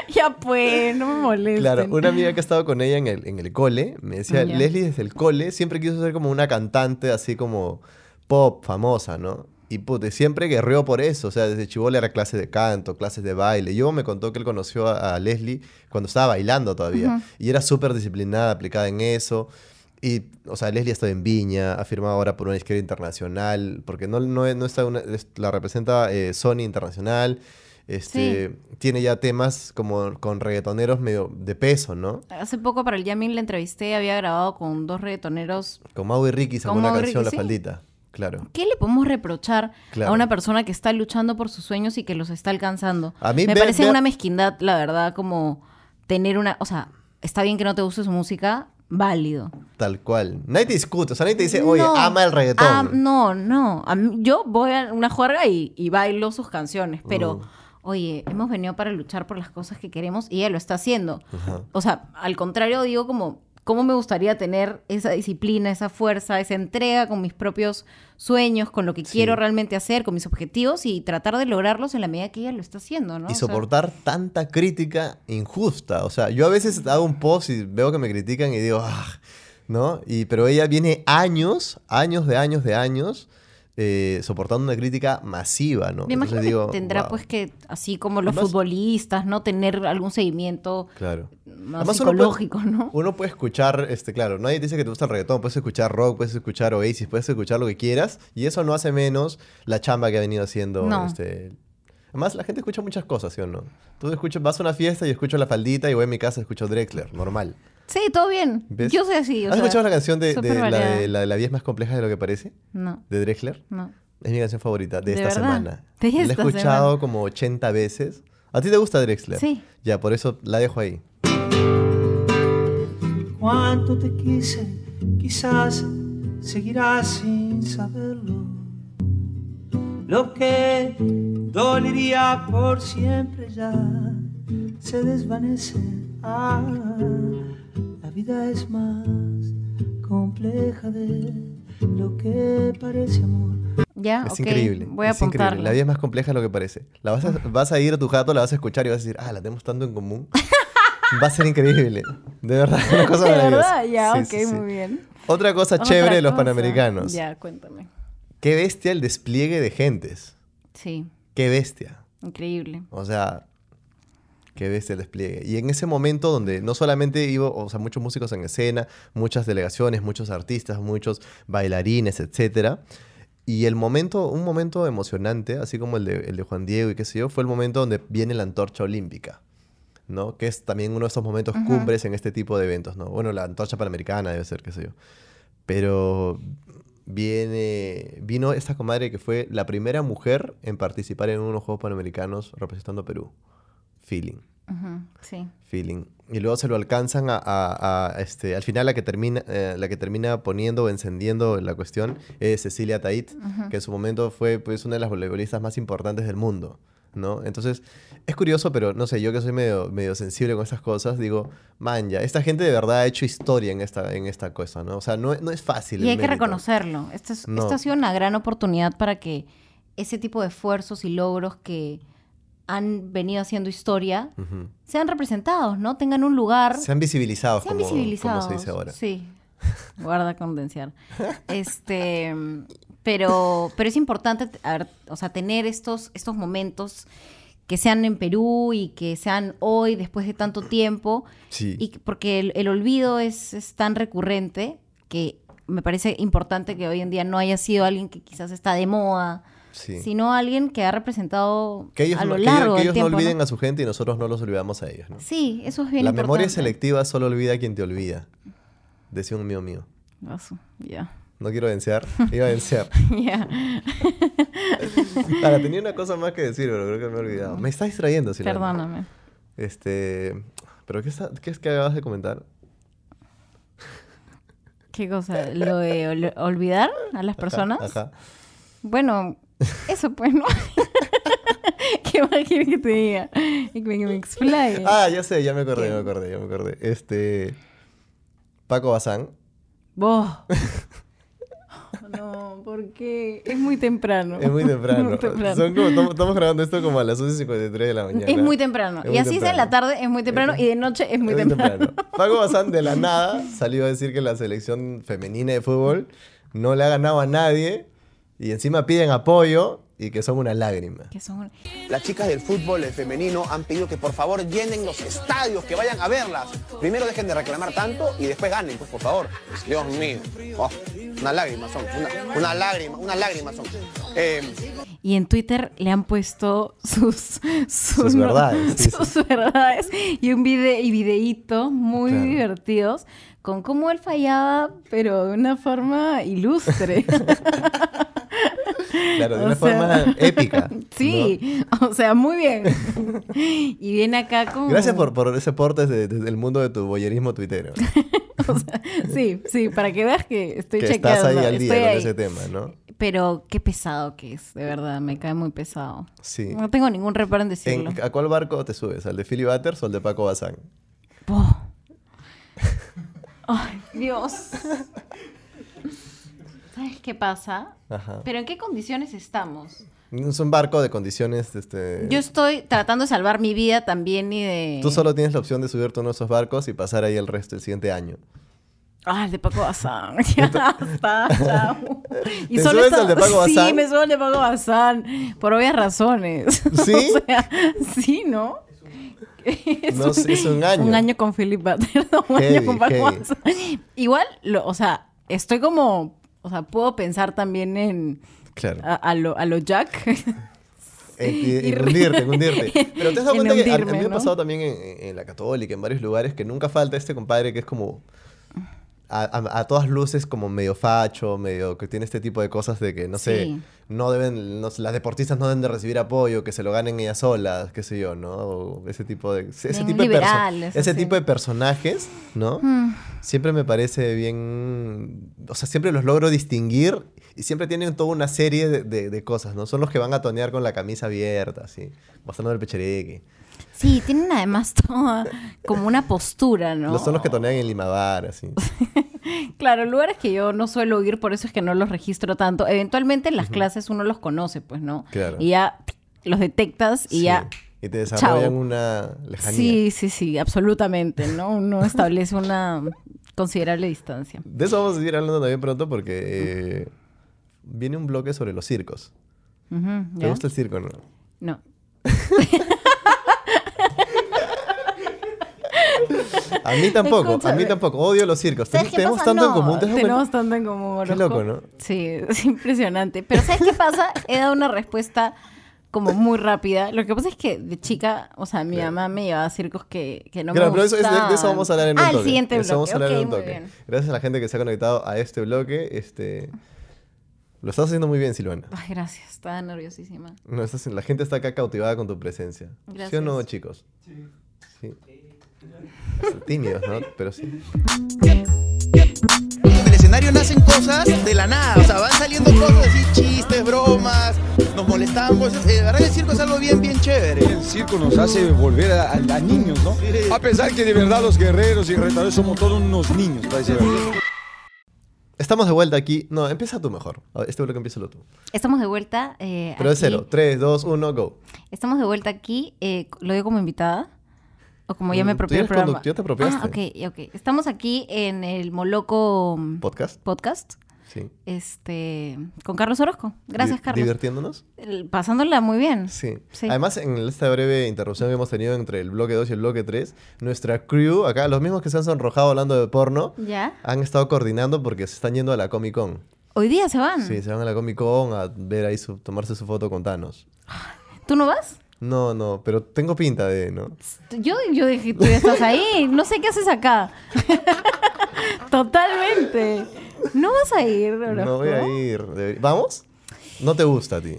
Speaker 2: Ya pues, no me molestes.
Speaker 1: Claro, una amiga que ha estado con ella en el, en el cole me decía,
Speaker 2: Ya.
Speaker 1: Leslie desde el cole siempre quiso ser como una cantante así como pop, famosa, ¿no? Y puta, y siempre guerreó por eso, o sea, desde chivola era clases de canto, clases de baile. Yo me contó que él conoció a, a Leslie cuando estaba bailando todavía y era súper disciplinada, aplicada en eso. Y, o sea, Leslie ha estado en Viña, ha firmado ahora por una izquierda internacional, porque no, no, no está una- es- la representa eh, Sony Internacional. Este, Tiene ya temas como con reggaetoneros medio de peso, ¿no?
Speaker 2: Hace poco para el Yamin la entrevisté, había grabado con dos reggaetoneros.
Speaker 1: Con Mau y Ricky sacó
Speaker 2: Con
Speaker 1: una
Speaker 2: Mau y
Speaker 1: canción,
Speaker 2: Ricky,
Speaker 1: La
Speaker 2: sí.
Speaker 1: Faldita. Claro.
Speaker 2: ¿Qué le podemos reprochar
Speaker 1: Claro.
Speaker 2: a una persona que está luchando por sus sueños y que los está alcanzando?
Speaker 1: A mí
Speaker 2: me
Speaker 1: ve-
Speaker 2: parece
Speaker 1: ve-
Speaker 2: una mezquindad, la verdad, como tener una, o sea, está bien que no te guste su música, válido.
Speaker 1: Tal cual. Nadie te discute, o sea, nadie te dice, oye,
Speaker 2: No.
Speaker 1: ama el reggaetón.
Speaker 2: Ah, no, no. A mí- yo voy a una juerga y, y bailo sus canciones, pero oye, hemos venido para luchar por las cosas que queremos y ella lo está haciendo. O sea, al contrario, digo como, ¿cómo me gustaría tener esa disciplina, esa fuerza, esa entrega con mis propios sueños, con lo que quiero realmente hacer, con mis objetivos y tratar de lograrlos en la medida que ella lo está haciendo, ¿no?
Speaker 1: Y
Speaker 2: O sea,
Speaker 1: soportar tanta crítica injusta. O sea, yo a veces hago un post y veo que me critican y digo, ah, ¿no? Y, pero ella viene años, años de años de años, eh, soportando una crítica masiva, ¿no?
Speaker 2: Me imagino
Speaker 1: Entonces
Speaker 2: que
Speaker 1: digo,
Speaker 2: tendrá
Speaker 1: "Wow".
Speaker 2: pues que, así como los
Speaker 1: Además-
Speaker 2: futbolistas, ¿no? Tener algún seguimiento
Speaker 1: Claro.
Speaker 2: más
Speaker 1: Además, uno puede-
Speaker 2: psicológico, ¿no?
Speaker 1: Uno puede escuchar, este, claro, nadie te dice que te gusta el reggaetón, puedes escuchar rock, puedes escuchar Oasis, puedes escuchar lo que quieras, y eso no hace menos la chamba que ha venido haciendo
Speaker 2: No.
Speaker 1: este. Además, la gente escucha muchas cosas, ¿sí o no? Tú escuchas, vas a una fiesta y escucho La Faldita y voy a mi casa y escucho Drexler, normal.
Speaker 2: Sí, todo bien.
Speaker 1: ¿Ves?
Speaker 2: Yo soy así. o
Speaker 1: ¿Has
Speaker 2: sea,
Speaker 1: escuchado la canción de,
Speaker 2: súper
Speaker 1: de la,
Speaker 2: variada.
Speaker 1: de la de la vida es más compleja de lo que parece?
Speaker 2: No,
Speaker 1: De Drexler.
Speaker 2: no.
Speaker 1: Es mi canción favorita de,
Speaker 2: ¿De
Speaker 1: esta
Speaker 2: verdad?
Speaker 1: semana.
Speaker 2: De
Speaker 1: la he
Speaker 2: esta
Speaker 1: escuchado
Speaker 2: semana.
Speaker 1: como 80 veces. ¿A ti te gusta Drexler?
Speaker 2: Sí.
Speaker 1: Ya, por eso la dejo ahí.
Speaker 10: Cuánto te quise, quizás seguirás sin saberlo. Lo que dolería por siempre ya se desvanece. Ah, la vida es más compleja de lo que parece amor.
Speaker 2: Ya,
Speaker 1: Es
Speaker 2: Ah, ok,
Speaker 1: increíble.
Speaker 2: Voy a
Speaker 1: es increíble.
Speaker 2: apuntarla.
Speaker 1: La vida es más compleja de lo que parece. La vas a, vas a ir a tu jato, la vas a escuchar y vas a decir, ah, la tenemos tanto en común. Va a ser increíble. De verdad, una cosa
Speaker 2: <laughs> <laughs> De
Speaker 1: maravillosa.
Speaker 2: verdad, ya,
Speaker 1: Sí,
Speaker 2: ok,
Speaker 1: sí, sí.
Speaker 2: muy bien.
Speaker 1: Otra cosa
Speaker 2: Otra
Speaker 1: chévere de los
Speaker 2: cosa.
Speaker 1: panamericanos.
Speaker 2: Ya, cuéntame.
Speaker 1: Qué bestia el despliegue de gentes.
Speaker 2: Sí,
Speaker 1: Qué bestia.
Speaker 2: increíble.
Speaker 1: O sea, qué bestia el despliegue. Y en ese momento donde no solamente iba, o sea, muchos músicos en escena, muchas delegaciones, muchos artistas, muchos bailarines, etcétera, Y el momento, un momento emocionante, así como el de, el de Juan Diego y qué sé yo, fue el momento donde viene la antorcha olímpica, ¿no? Que es también uno de esos momentos
Speaker 11: Ujú.
Speaker 1: cumbres en este tipo de eventos, ¿no? Bueno, la antorcha panamericana debe ser, qué sé yo. Pero viene, vino esta comadre que fue la primera mujer en participar en unos Juegos Panamericanos representando a Perú. Feeling.
Speaker 2: Ujú, Sí.
Speaker 1: Feeling. Y luego se lo alcanzan a, a- a, este, al final la que termina, eh, la que termina poniendo o encendiendo la cuestión es Cecilia Tait,
Speaker 11: Ujú.
Speaker 1: que en su momento fue pues una de las voleibolistas más importantes del mundo, ¿no? Entonces, es curioso, pero no sé, yo que soy medio, medio sensible con estas cosas, digo, man, ya, esta gente de verdad ha hecho historia en esta, en esta cosa, ¿no? O sea, no, no es fácil.
Speaker 2: Y
Speaker 1: el
Speaker 2: hay que
Speaker 1: mérito.
Speaker 2: reconocerlo. Esto, es-
Speaker 1: No.
Speaker 2: esto ha sido una gran oportunidad para que ese tipo de esfuerzos y logros que han venido haciendo historia
Speaker 1: Ujú.
Speaker 2: sean representados, ¿no? Tengan un lugar.
Speaker 1: Se han visibilizado,
Speaker 2: Sean
Speaker 1: como,
Speaker 2: visibilizados.
Speaker 1: como se dice ahora.
Speaker 2: Sí. <laughs> Guarda <laughs> condenciar. Este, pero, pero es importante, a ver, o sea, tener estos, estos momentos que sean en Perú y que sean hoy, después de tanto tiempo,
Speaker 1: Sí.
Speaker 2: y que- porque el, el olvido es, es tan recurrente que me parece importante que hoy en día no haya sido alguien que quizás está de moda,
Speaker 1: Sí.
Speaker 2: sino alguien que ha representado
Speaker 1: Que ellos,
Speaker 2: a
Speaker 1: no,
Speaker 2: lo
Speaker 1: que ellos-
Speaker 2: largo
Speaker 1: que
Speaker 2: del
Speaker 1: ellos no
Speaker 2: tiempo. ¿no?
Speaker 1: olviden a su gente y nosotros no los olvidamos a ellos, ¿no?
Speaker 2: Sí, eso es bien
Speaker 1: la
Speaker 2: importante.
Speaker 1: memoria selectiva solo olvida a quien te olvida. Decía un mío mío.
Speaker 2: Ah, su- Ya. <laughs>
Speaker 1: No quiero vencer. Iba a vencer.
Speaker 2: Ya.
Speaker 1: Ahora, tenía una cosa más que decir, pero creo que me he olvidado. Me está distrayendo, Silvana.
Speaker 2: Perdóname.
Speaker 1: Este... ¿Pero qué, está- qué es que acabas de comentar?
Speaker 2: ¿Qué cosa? ¿Lo de ol- olvidar a las personas?
Speaker 1: Ajá.
Speaker 2: Bueno, eso pues, ¿no? <laughs> ¿Qué más quieres que te diga? Y que me, que me explaye.
Speaker 1: Ah, ya sé, ya me acordé, ya me acordé, ya me acordé. Este... Paco
Speaker 2: <laughs>
Speaker 1: Bazán.
Speaker 2: Vos. No, porque es muy temprano.
Speaker 1: Es muy temprano.
Speaker 2: Muy temprano.
Speaker 1: Son como- estamos- estamos grabando esto como a las 11.53 de la mañana.
Speaker 2: Es muy temprano.
Speaker 1: Es muy
Speaker 2: y así es en
Speaker 1: temprano.
Speaker 2: la tarde, es muy temprano. Y de noche es muy
Speaker 1: Muy
Speaker 2: temprano.
Speaker 1: temprano. Paco Bazán de la nada salió a decir que la selección femenina de fútbol no le ha ganado a nadie y encima piden apoyo y que son una lágrima.
Speaker 6: Las chicas del fútbol femenino han pedido que por favor llenen los estadios, que vayan a verlas. Primero dejen de reclamar tanto y después ganen, pues por favor. Dios mío. Oh, una lágrima son, una, una lágrima, una lágrima son. Eh,
Speaker 2: Y en Twitter le han puesto <laughs> sus, sus,
Speaker 1: Sus verdades, sí,
Speaker 2: sus verdades. Y un video y videíto muy
Speaker 1: Claro.
Speaker 2: divertidos con cómo él fallaba, pero de una forma ilustre.
Speaker 1: <laughs> Claro, de
Speaker 2: <laughs> O
Speaker 1: una
Speaker 2: sea-
Speaker 1: forma épica.
Speaker 2: <laughs> sí, o sea, muy bien. <laughs> y viene acá como...
Speaker 1: Gracias por, por ese aporte desde, desde el mundo de tu boyerismo tuitero.
Speaker 2: Sí, sí, para que veas que estoy
Speaker 1: que
Speaker 2: chequeando.
Speaker 1: estás ahí al día
Speaker 2: estoy
Speaker 1: con
Speaker 2: ahí.
Speaker 1: ese tema, ¿no?
Speaker 2: Pero qué pesado que es, de verdad, me cae muy pesado.
Speaker 1: Sí.
Speaker 2: No tengo ningún reparo en decirlo.
Speaker 1: ¿En- ¿A cuál barco te subes? ¿Al de Philly Butters o al de Paco Bazán?
Speaker 2: <laughs> Ay, Dios. ¿Sabes qué pasa?
Speaker 1: Ajá.
Speaker 2: ¿Pero en qué condiciones estamos?
Speaker 1: Es un barco de condiciones, este...
Speaker 2: Yo estoy tratando de salvar mi vida también y de...
Speaker 1: Tú solo tienes la opción de subirte a uno de esos barcos y pasar ahí el resto del siguiente año.
Speaker 2: Ah, el de Paco Bazán. <laughs> Ya está,
Speaker 1: <laughs>
Speaker 2: chao. Y
Speaker 1: ¿Te
Speaker 2: solo
Speaker 1: subes
Speaker 2: esto-
Speaker 1: al de Paco
Speaker 2: Sí,
Speaker 1: Bazán?
Speaker 2: me subo al de Paco Bazán. Por obvias razones. <laughs>
Speaker 1: ¿Sí?
Speaker 2: o sea, sí, ¿no? <laughs> Es
Speaker 1: No sé, es un año.
Speaker 2: Un año con Philip Butler, <laughs> no, un
Speaker 1: Heavy,
Speaker 2: año con Paco
Speaker 1: heavy.
Speaker 2: Bazán. Igual, lo- o sea, estoy como... O sea, puedo pensar también en...
Speaker 1: Claro.
Speaker 2: A, a lo, a lo Jack. <laughs>
Speaker 1: En, en-
Speaker 2: Y
Speaker 1: en Eh,
Speaker 2: re-
Speaker 1: hundirte, en hundirte.
Speaker 2: <laughs>
Speaker 1: Pero te has dado
Speaker 2: En
Speaker 1: cuenta que a- a, mí
Speaker 2: hundirme,
Speaker 1: me ha
Speaker 2: ¿no?
Speaker 1: pasado también en, en- en la Católica, en varios lugares, que nunca falta este compadre que es como. A, a- a todas luces como medio facho, medio que tiene este tipo de cosas de que, no sé,
Speaker 11: Sí.
Speaker 1: no deben, no sé, las deportistas no deben de recibir apoyo, que se lo ganen ellas solas, qué sé yo, ¿no? O ese tipo de... Ese,
Speaker 2: Bien
Speaker 1: tipo de, perso-
Speaker 2: liberal, eso
Speaker 1: ese
Speaker 2: sí.
Speaker 1: tipo de personajes, ¿no?
Speaker 2: Mm.
Speaker 1: Siempre me parece bien. O sea, siempre los logro distinguir y siempre tienen toda una serie de, de- de cosas, ¿no? Son los que van a tonear con la camisa abierta, así, mostrando el pechereque.
Speaker 2: Sí, tienen además toda como una postura, ¿no?
Speaker 1: Los son los que tonean en Limabar, así.
Speaker 2: Claro, lugares que yo no suelo ir, por eso es que no los registro tanto. Eventualmente en las clases uno los conoce, pues, ¿no?
Speaker 1: Claro.
Speaker 2: Y ya tic, los detectas <laughs> y ya...
Speaker 1: Y te desarrollan
Speaker 2: Chao.
Speaker 1: una lejanía.
Speaker 2: Sí, sí, sí, absolutamente, ¿no? Uno <laughs> establece una considerable distancia.
Speaker 1: De eso vamos a seguir hablando también pronto porque eh, viene un bloque sobre los circos.
Speaker 2: Ujú,
Speaker 1: ¿Te
Speaker 2: ¿ya?
Speaker 1: gusta el circo, no?
Speaker 2: No.
Speaker 1: A
Speaker 2: <laughs>
Speaker 1: mí tampoco, a mí
Speaker 2: Escúchame.
Speaker 1: tampoco. Odio los circos. Tenemos
Speaker 2: ¿Sabes qué
Speaker 1: tenemos
Speaker 2: pasa?
Speaker 1: tanto en
Speaker 2: No,
Speaker 1: común. tenemos-
Speaker 2: Tenemos tanto en común,
Speaker 1: Qué
Speaker 2: Orozco.
Speaker 1: loco, ¿no?
Speaker 2: Sí, <laughs> es impresionante. Pero ¿sabes qué pasa? He dado una respuesta como muy rápida. Lo que pasa es que de chica, o sea, mi mamá me llevaba a circos que, que no
Speaker 1: Claro,
Speaker 2: me
Speaker 1: pero eso, es- de-
Speaker 2: gustaban.
Speaker 1: de eso vamos a hablar en un
Speaker 2: ah,
Speaker 1: toque.
Speaker 2: el siguiente
Speaker 1: De
Speaker 2: bloque.
Speaker 1: eso vamos a hablar
Speaker 2: ok,
Speaker 1: en un
Speaker 2: muy
Speaker 1: toque.
Speaker 2: bien.
Speaker 1: Gracias a la gente que se ha conectado a este bloque. Este, lo estás haciendo muy bien, Silvana.
Speaker 2: Ay, gracias. Estaba nerviosísima.
Speaker 1: No, estás- la gente está acá cautivada con tu presencia. ¿Sí o
Speaker 2: Gracias.
Speaker 1: no, chicos? Sí. Sí. Tímidos, ¿no? Pero sí.
Speaker 11: En el escenario nacen cosas de la nada, o sea, van saliendo cosas así, chistes, bromas, nos molestamos. eh, De verdad que el circo es algo bien, bien chévere.
Speaker 12: El circo nos hace volver a, a- a niños, ¿no? A pensar que de verdad los guerreros y retadores somos todos unos niños, para decir la verdad.
Speaker 1: Estamos de vuelta aquí. No, empieza tú mejor. A ver, Este bloque empieza tú.
Speaker 2: Estamos de vuelta. eh,
Speaker 1: Pero de
Speaker 2: aquí.
Speaker 1: cero. 3, 2, 1, go.
Speaker 2: Estamos de vuelta aquí. eh, lo digo como invitada. O como ya
Speaker 1: Mm,
Speaker 2: me
Speaker 1: tú
Speaker 2: apropié
Speaker 1: ya
Speaker 2: el
Speaker 1: eres conduc-
Speaker 2: programa.
Speaker 1: ya te apropiaste.
Speaker 2: Ah, ok, ok. Estamos aquí en el Moloco mm,
Speaker 1: Podcast.
Speaker 2: Podcast.
Speaker 1: Sí.
Speaker 2: Este, con Carlos Orozco. Gracias,
Speaker 1: Di-
Speaker 2: Carlos.
Speaker 1: ¿Divirtiéndonos?
Speaker 2: El- Pasándola muy bien.
Speaker 1: Sí.
Speaker 2: Sí.
Speaker 1: Además, en esta breve interrupción que hemos tenido entre el bloque 2 y el bloque 3, nuestra crew, acá, los mismos que se han sonrojado hablando de porno,
Speaker 2: ¿Ya?
Speaker 1: han estado coordinando porque se están yendo a la Comic Con.
Speaker 2: Hoy día se van.
Speaker 1: Sí, se van a la Comic Con a ver ahí, su- tomarse su foto con Thanos.
Speaker 2: ¿Tú no vas?
Speaker 1: No, no, pero tengo pinta de, ¿no?
Speaker 2: Yo, yo dije, tú ya estás ahí. No sé qué haces acá.
Speaker 1: <laughs>
Speaker 2: Totalmente. No vas a ir, Orozco.
Speaker 1: No voy a ir. Debe- ¿Vamos? No te gusta a ti.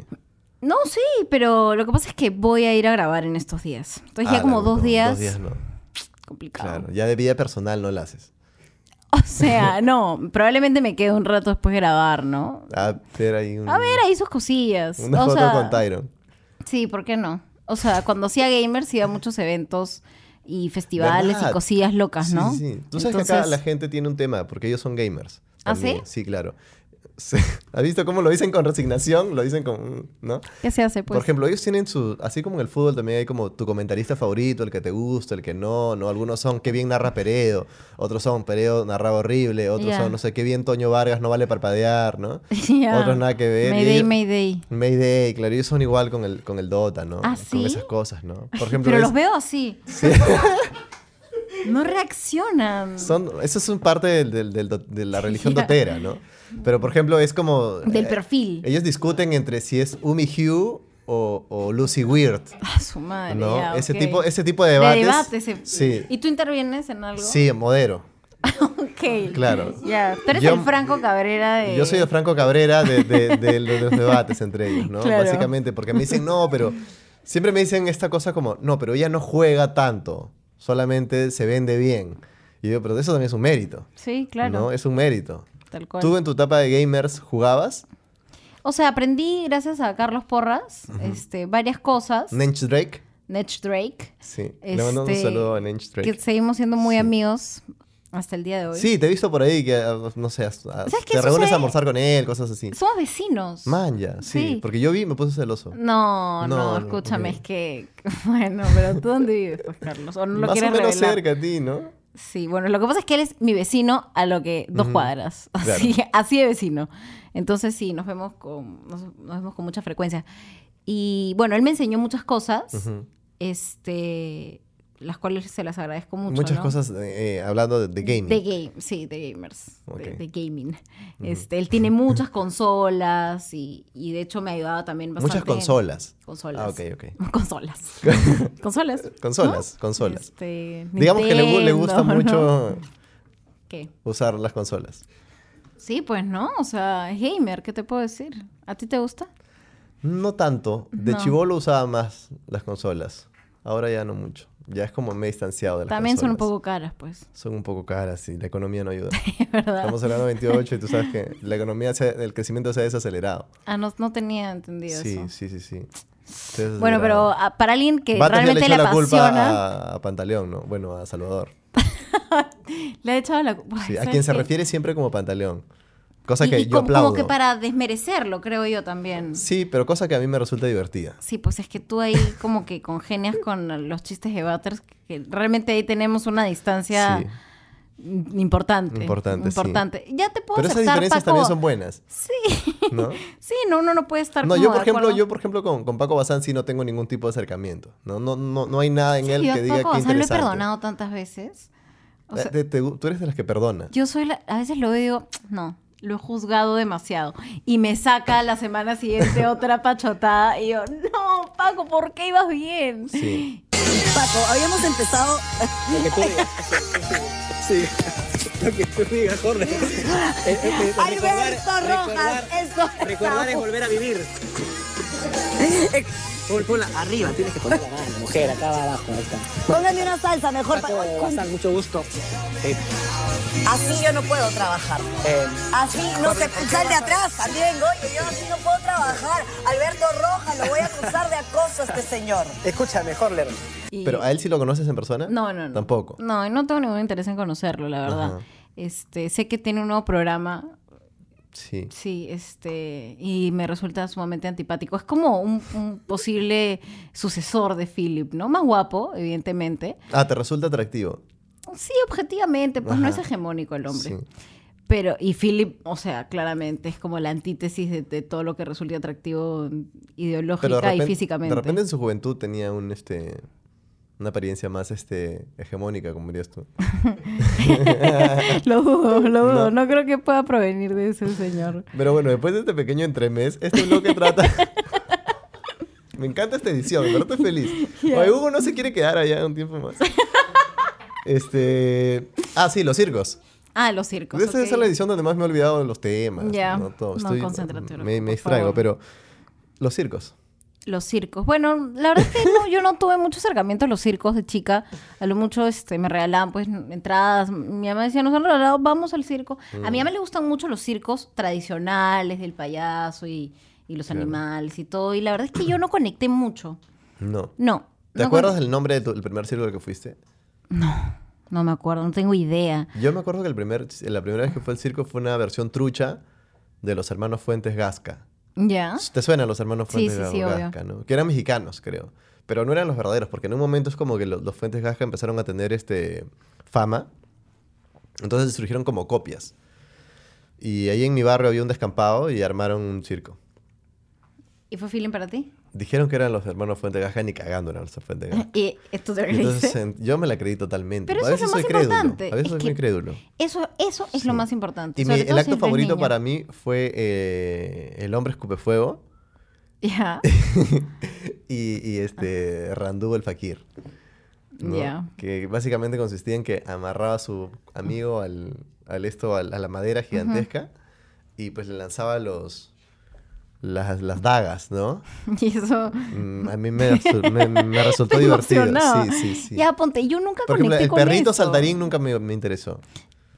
Speaker 2: No, sí, pero lo que pasa es que voy a ir a grabar en estos días. Entonces
Speaker 1: Ah,
Speaker 2: Pues ya como
Speaker 1: no,
Speaker 2: dos
Speaker 1: no,
Speaker 2: días.
Speaker 1: Dos días no.
Speaker 2: Complicado.
Speaker 1: Claro, ya de vida personal no la haces.
Speaker 2: <laughs> O sea, no, probablemente me quede un rato después de grabar, ¿no?
Speaker 1: A ver ahí un-
Speaker 2: A ver, ahí sus cosillas.
Speaker 1: Mm. una
Speaker 2: o
Speaker 1: foto
Speaker 2: sea,
Speaker 1: con Tyron.
Speaker 2: Sí, ¿por qué no? O sea, cuando hacía gamers iba a muchos eventos y festivales
Speaker 1: ¿Verdad?
Speaker 2: y cosillas locas, ¿no?
Speaker 1: Sí, sí. Tú sabes que acá la gente tiene un tema, porque ellos son gamers.
Speaker 2: ¿Ah,
Speaker 1: también. Sí, claro. Sí. <laughs> ¿Has visto cómo lo dicen con resignación? Lo dicen con... ¿No?
Speaker 2: ¿Qué se hace, pues?
Speaker 1: Por ejemplo, ellos tienen su... Así como en el fútbol también hay como tu comentarista favorito, el que te gusta, el que no, ¿no? Algunos son qué bien narra Peredo, otros son Peredo narraba horrible, otros
Speaker 2: Ya.
Speaker 1: son, no sé, qué bien Toño Vargas no vale parpadear, ¿no?
Speaker 2: <laughs> Ya.
Speaker 1: Otros nada que ver. y
Speaker 2: Mayday,
Speaker 1: ellos-
Speaker 2: Mayday.
Speaker 1: Mayday, claro, ellos son igual con el, con el Dota, ¿no?
Speaker 2: ¿Ah,
Speaker 1: Con
Speaker 2: sí?
Speaker 1: esas cosas, ¿no?
Speaker 2: <laughs>
Speaker 1: Por ejemplo,
Speaker 2: Pero
Speaker 1: ves- <laughs>
Speaker 2: los veo así. no reaccionan.
Speaker 1: Son, eso es un parte del- del- del do- de la
Speaker 2: <laughs>
Speaker 1: religión dotera, ¿no? Pero, por ejemplo, es como...
Speaker 2: Del
Speaker 1: eh,
Speaker 2: perfil.
Speaker 1: ellos discuten entre si es Umi Hugh o, o Lucy Weird,
Speaker 2: Ah, su madre.
Speaker 1: ¿no?
Speaker 2: ya,
Speaker 1: ese,
Speaker 2: ok.
Speaker 1: tipo, ese tipo de debates...
Speaker 2: se-
Speaker 1: Sí,
Speaker 2: ¿Y tú intervienes en algo?
Speaker 1: sí, modero.
Speaker 2: Ok.
Speaker 1: Claro.
Speaker 2: Ya. Tú eres
Speaker 1: Yo-
Speaker 2: el Franco Cabrera de.
Speaker 1: Yo soy el Franco Cabrera de, de- de los- de
Speaker 2: <laughs>
Speaker 1: los debates entre ellos, ¿no?
Speaker 2: Claro.
Speaker 1: Básicamente, porque me dicen, no, pero... Siempre me dicen esta cosa como, no, pero ella no juega tanto, solamente se vende bien. Y yo, pero eso también es un mérito,
Speaker 2: Sí, claro.
Speaker 1: ¿no? Es un mérito.
Speaker 2: Tal cual.
Speaker 1: ¿Tú en tu etapa de gamers jugabas?
Speaker 2: O sea, aprendí gracias a Carlos Porras este, varias cosas.
Speaker 1: Nench Drake.
Speaker 2: Nech Drake.
Speaker 1: Sí. Le mando un
Speaker 2: Este,
Speaker 1: saludo a Nench
Speaker 2: Que
Speaker 1: Drake.
Speaker 2: seguimos siendo muy amigos hasta el día de hoy.
Speaker 1: Sí, te he visto por ahí que, ah, no sé, as- ah,
Speaker 2: ¿Sabes qué
Speaker 1: te reúnes
Speaker 2: sucede?
Speaker 1: a almorzar con él, cosas así.
Speaker 2: Somos vecinos.
Speaker 1: Man, ya, sí,
Speaker 2: Sí.
Speaker 1: Porque yo vi y me puse celoso.
Speaker 2: No, no,
Speaker 1: No, no,
Speaker 2: escúchame,
Speaker 1: ok.
Speaker 2: es que. <laughs> Bueno, pero ¿tú dónde vives, pues, Carlos? ¿O no lo
Speaker 1: Más o
Speaker 2: quieres
Speaker 1: menos
Speaker 2: revelar?
Speaker 1: cerca a ti, ¿no?
Speaker 2: Sí, bueno, lo que pasa es que él es mi vecino a lo que dos
Speaker 1: Ujú,
Speaker 2: cuadras. <laughs>
Speaker 1: claro.
Speaker 2: Así, así de vecino. Entonces sí, nos vemos con, nos, nos vemos con mucha frecuencia. Y bueno, él me enseñó muchas cosas,
Speaker 1: Ujú.
Speaker 2: este, las cuales se las agradezco mucho.
Speaker 1: Muchas
Speaker 2: ¿no?
Speaker 1: cosas eh, eh, hablando de, de gaming.
Speaker 2: De game, sí, de gamers, de-
Speaker 1: Ok.
Speaker 2: de, gaming. Este, él tiene muchas consolas y, y de hecho me ayudaba también bastante.
Speaker 1: Muchas consolas.
Speaker 2: Consolas.
Speaker 1: Ah, ok, ok. <laughs>
Speaker 2: <laughs> Consolas. consolas. ¿no?
Speaker 1: Consolas, consolas.
Speaker 2: Este,
Speaker 1: Digamos que le, gu- le gusta
Speaker 2: Nintendo, <laughs> ¿no?
Speaker 1: mucho
Speaker 2: ¿Qué?
Speaker 1: usar las consolas.
Speaker 2: Sí, pues no, o sea, es gamer, ¿qué te puedo decir? ¿A ti te gusta?
Speaker 1: No tanto. De
Speaker 2: No.
Speaker 1: chivolo usaba más las consolas. Ahora ya no mucho. Ya es como me he distanciado de las
Speaker 2: También son un
Speaker 1: consolas.
Speaker 2: poco caras, pues. <laughs>
Speaker 1: Son un poco caras y la economía no ayuda.
Speaker 2: ¿Verdad?
Speaker 1: Estamos hablando de 28 y tú sabes que la economía, se- el crecimiento se ha desacelerado.
Speaker 2: Ah, no, no tenía entendido
Speaker 1: Sí,
Speaker 2: eso.
Speaker 1: sí, sí, sí.
Speaker 2: Bueno, pero ah, para alguien que
Speaker 1: Batas ya le
Speaker 2: realmente le,
Speaker 1: echó la culpa
Speaker 2: apasiona,
Speaker 1: a, a Pantaleón, ¿no? Bueno, a
Speaker 2: <laughs>
Speaker 1: Salvador.
Speaker 2: le ha echado la culpa. <laughs>
Speaker 1: Sí, a quien se refiere siempre como Pantaleón. Cosa
Speaker 2: y,
Speaker 1: que
Speaker 2: y
Speaker 1: yo
Speaker 2: como, como
Speaker 1: aplaudo.
Speaker 2: que para desmerecerlo, creo yo también. Sí.
Speaker 1: Sí, pero cosa que a mí me resulta divertida.
Speaker 2: pues es que tú ahí como que congenias con los chistes de Butters, que realmente ahí tenemos una distancia
Speaker 1: Sí.
Speaker 2: mm, importante.
Speaker 1: Importante, sí.
Speaker 2: Importante. Ya te puedo
Speaker 1: Pero esas
Speaker 2: aceptar,
Speaker 1: diferencias
Speaker 2: Paco.
Speaker 1: también son buenas,
Speaker 2: Sí. <laughs>
Speaker 1: ¿no?
Speaker 2: Sí, no, uno no puede estar
Speaker 1: No,
Speaker 2: como
Speaker 1: yo por
Speaker 2: de
Speaker 1: ejemplo,
Speaker 2: acuerdo.
Speaker 1: yo por ejemplo con, con Paco Bazán sí no tengo ningún tipo de acercamiento. No, no, no, no hay nada en él
Speaker 2: yo
Speaker 1: que diga
Speaker 2: Paco
Speaker 1: que
Speaker 2: Bazán lo he
Speaker 1: interesante.
Speaker 2: perdonado tantas veces. O sea-
Speaker 1: Te- te- tú eres Eh, de las que perdona.
Speaker 2: Yo soy la- a veces lo veo y digo, no, lo he juzgado demasiado. Y me saca la
Speaker 1: <laughs>
Speaker 2: semana siguiente otra pachotada y yo, no, Paco, ¿por qué ibas bien?
Speaker 1: <laughs>
Speaker 2: <laughs>
Speaker 1: Sí.
Speaker 2: Paco, habíamos empezado...
Speaker 13: Lo que tú digas. Sí. Lo que tú digas, Jorge. Eh, eh,
Speaker 8: Alberto Rojas, eso es.
Speaker 13: Recordar es volver a
Speaker 8: <laughs>
Speaker 13: vivir. Pon- Ponla arriba, tienes que ponerla abajo, mujer, acá abajo, ahí está.
Speaker 8: Póngale una salsa mejor. pa-
Speaker 13: Bazán, mucho gusto. Eh,
Speaker 8: Así yo no puedo trabajar.
Speaker 13: eh,
Speaker 8: Así no se sal de atrás también, Goyo. Yo así no puedo trabajar. Alberto Rojas, lo voy a acusar de acoso a este señor.
Speaker 13: escucha, mejor leer.
Speaker 1: Pero a él sí lo conoces en persona.
Speaker 2: No, no, no.
Speaker 1: Tampoco.
Speaker 2: No, no tengo ningún interés en conocerlo, la verdad.
Speaker 1: Ajá.
Speaker 2: Este, sé que tiene un nuevo programa,
Speaker 1: Sí.
Speaker 2: sí, este, y me resulta sumamente antipático. Es como un, un posible sucesor de Philip, ¿no? Más guapo, evidentemente.
Speaker 1: Ah, te resulta atractivo.
Speaker 2: Sí, objetivamente, pues no es
Speaker 1: Ajá.
Speaker 2: hegemónico el hombre.
Speaker 1: Sí.
Speaker 2: Pero, y Philip, o sea, claramente es como la antítesis de, de todo lo que resulta atractivo ideológica y físicamente.
Speaker 1: De repente en su juventud tenía un este una apariencia más este hegemónica, como dirías tú.
Speaker 2: <laughs> lo dudo, lo dudo.
Speaker 1: No.
Speaker 2: No. creo que pueda provenir de ese señor.
Speaker 1: Pero bueno, después de este pequeño entremés, esto es lo que trata. <laughs> Me encanta esta edición, me estoy feliz.
Speaker 2: <laughs> Ya.
Speaker 1: Oye, Hugo no se quiere quedar allá un tiempo
Speaker 2: <laughs>
Speaker 1: más. Este. Ah, sí, los circos.
Speaker 2: Ah, los circos.
Speaker 1: Esta
Speaker 2: ok.
Speaker 1: es la edición donde más me he olvidado de los temas.
Speaker 2: Ya.
Speaker 1: No, todo.
Speaker 2: No,
Speaker 1: Estoy- eh,
Speaker 2: concéntrate,
Speaker 1: Me, me
Speaker 2: por
Speaker 1: distraigo,
Speaker 2: favor.
Speaker 1: pero. Los circos.
Speaker 2: Los circos. Bueno, la verdad es que no, yo no tuve mucho acercamiento a los circos de chica. A lo mucho este, me regalaban pues entradas. Mi mamá decía, nos han regalado, vamos al circo. A mi
Speaker 14: Mm.
Speaker 2: mamá le gustan mucho los circos tradicionales del payaso y, y los
Speaker 1: Claro.
Speaker 2: animales y todo. Y la verdad es que yo no conecté mucho.
Speaker 1: No.
Speaker 2: No.
Speaker 1: ¿Te
Speaker 2: no
Speaker 1: acuerdas
Speaker 2: conecté.
Speaker 1: del nombre del primer circo al que fuiste?
Speaker 2: No me acuerdo, no tengo idea.
Speaker 1: Yo me acuerdo que el primer, la primera vez que fue al circo fue una versión trucha de los hermanos Fuentes Gasca.
Speaker 2: ¿Ya?
Speaker 1: ¿Te suenan los hermanos
Speaker 2: Ah. Sí,
Speaker 1: Fuentes
Speaker 2: sí, sí, obvio.
Speaker 1: Gasca, no? Que eran mexicanos, creo. Pero no eran los verdaderos, porque en un momento es como que lo- los, Fuentes Gasca empezaron a tener este, fama. Entonces surgieron como copias. Y ahí en mi barrio había un descampado y armaron un circo.
Speaker 2: ¿Y fue feeling para ti?
Speaker 1: Dijeron que eran los hermanos Fuentes Gasca, ni cagando eran los Fuentes Gasca.
Speaker 2: <laughs> Y esto te lo
Speaker 1: Y Entonces, eh,
Speaker 2: creíste.
Speaker 1: en- yo me la creí totalmente.
Speaker 2: Pero
Speaker 1: a
Speaker 2: eso es
Speaker 1: veces
Speaker 2: lo
Speaker 1: soy
Speaker 2: más
Speaker 1: crédulo.
Speaker 2: importante.
Speaker 1: A veces
Speaker 2: Es
Speaker 1: soy
Speaker 2: que-
Speaker 1: muy crédulo.
Speaker 2: Eso, eso es lo más importante.
Speaker 1: Y mi-
Speaker 2: sobre todo
Speaker 1: el
Speaker 2: si
Speaker 1: acto
Speaker 2: eres
Speaker 1: favorito
Speaker 2: niño.
Speaker 1: para mí fue eh, El hombre escupefuego
Speaker 2: <laughs> Ya.
Speaker 1: y, y este Randú el Fakir. <laughs> ¿no?
Speaker 2: Ya. <laughs>
Speaker 1: Que básicamente consistía en que amarraba a su amigo al, al esto, al- a la madera gigantesca y pues le lanzaba los las, las dagas, ¿no?
Speaker 2: Y eso.
Speaker 1: Mm, A mí me, resu- me- me resultó
Speaker 2: <laughs> Te
Speaker 1: divertido.
Speaker 2: emocionaba.
Speaker 1: Sí, sí, sí.
Speaker 2: Ya, ponte, yo nunca
Speaker 1: Por ejemplo,
Speaker 2: conecté
Speaker 1: el
Speaker 2: con
Speaker 1: perrito
Speaker 2: eso.
Speaker 1: saltarín nunca me, me interesó.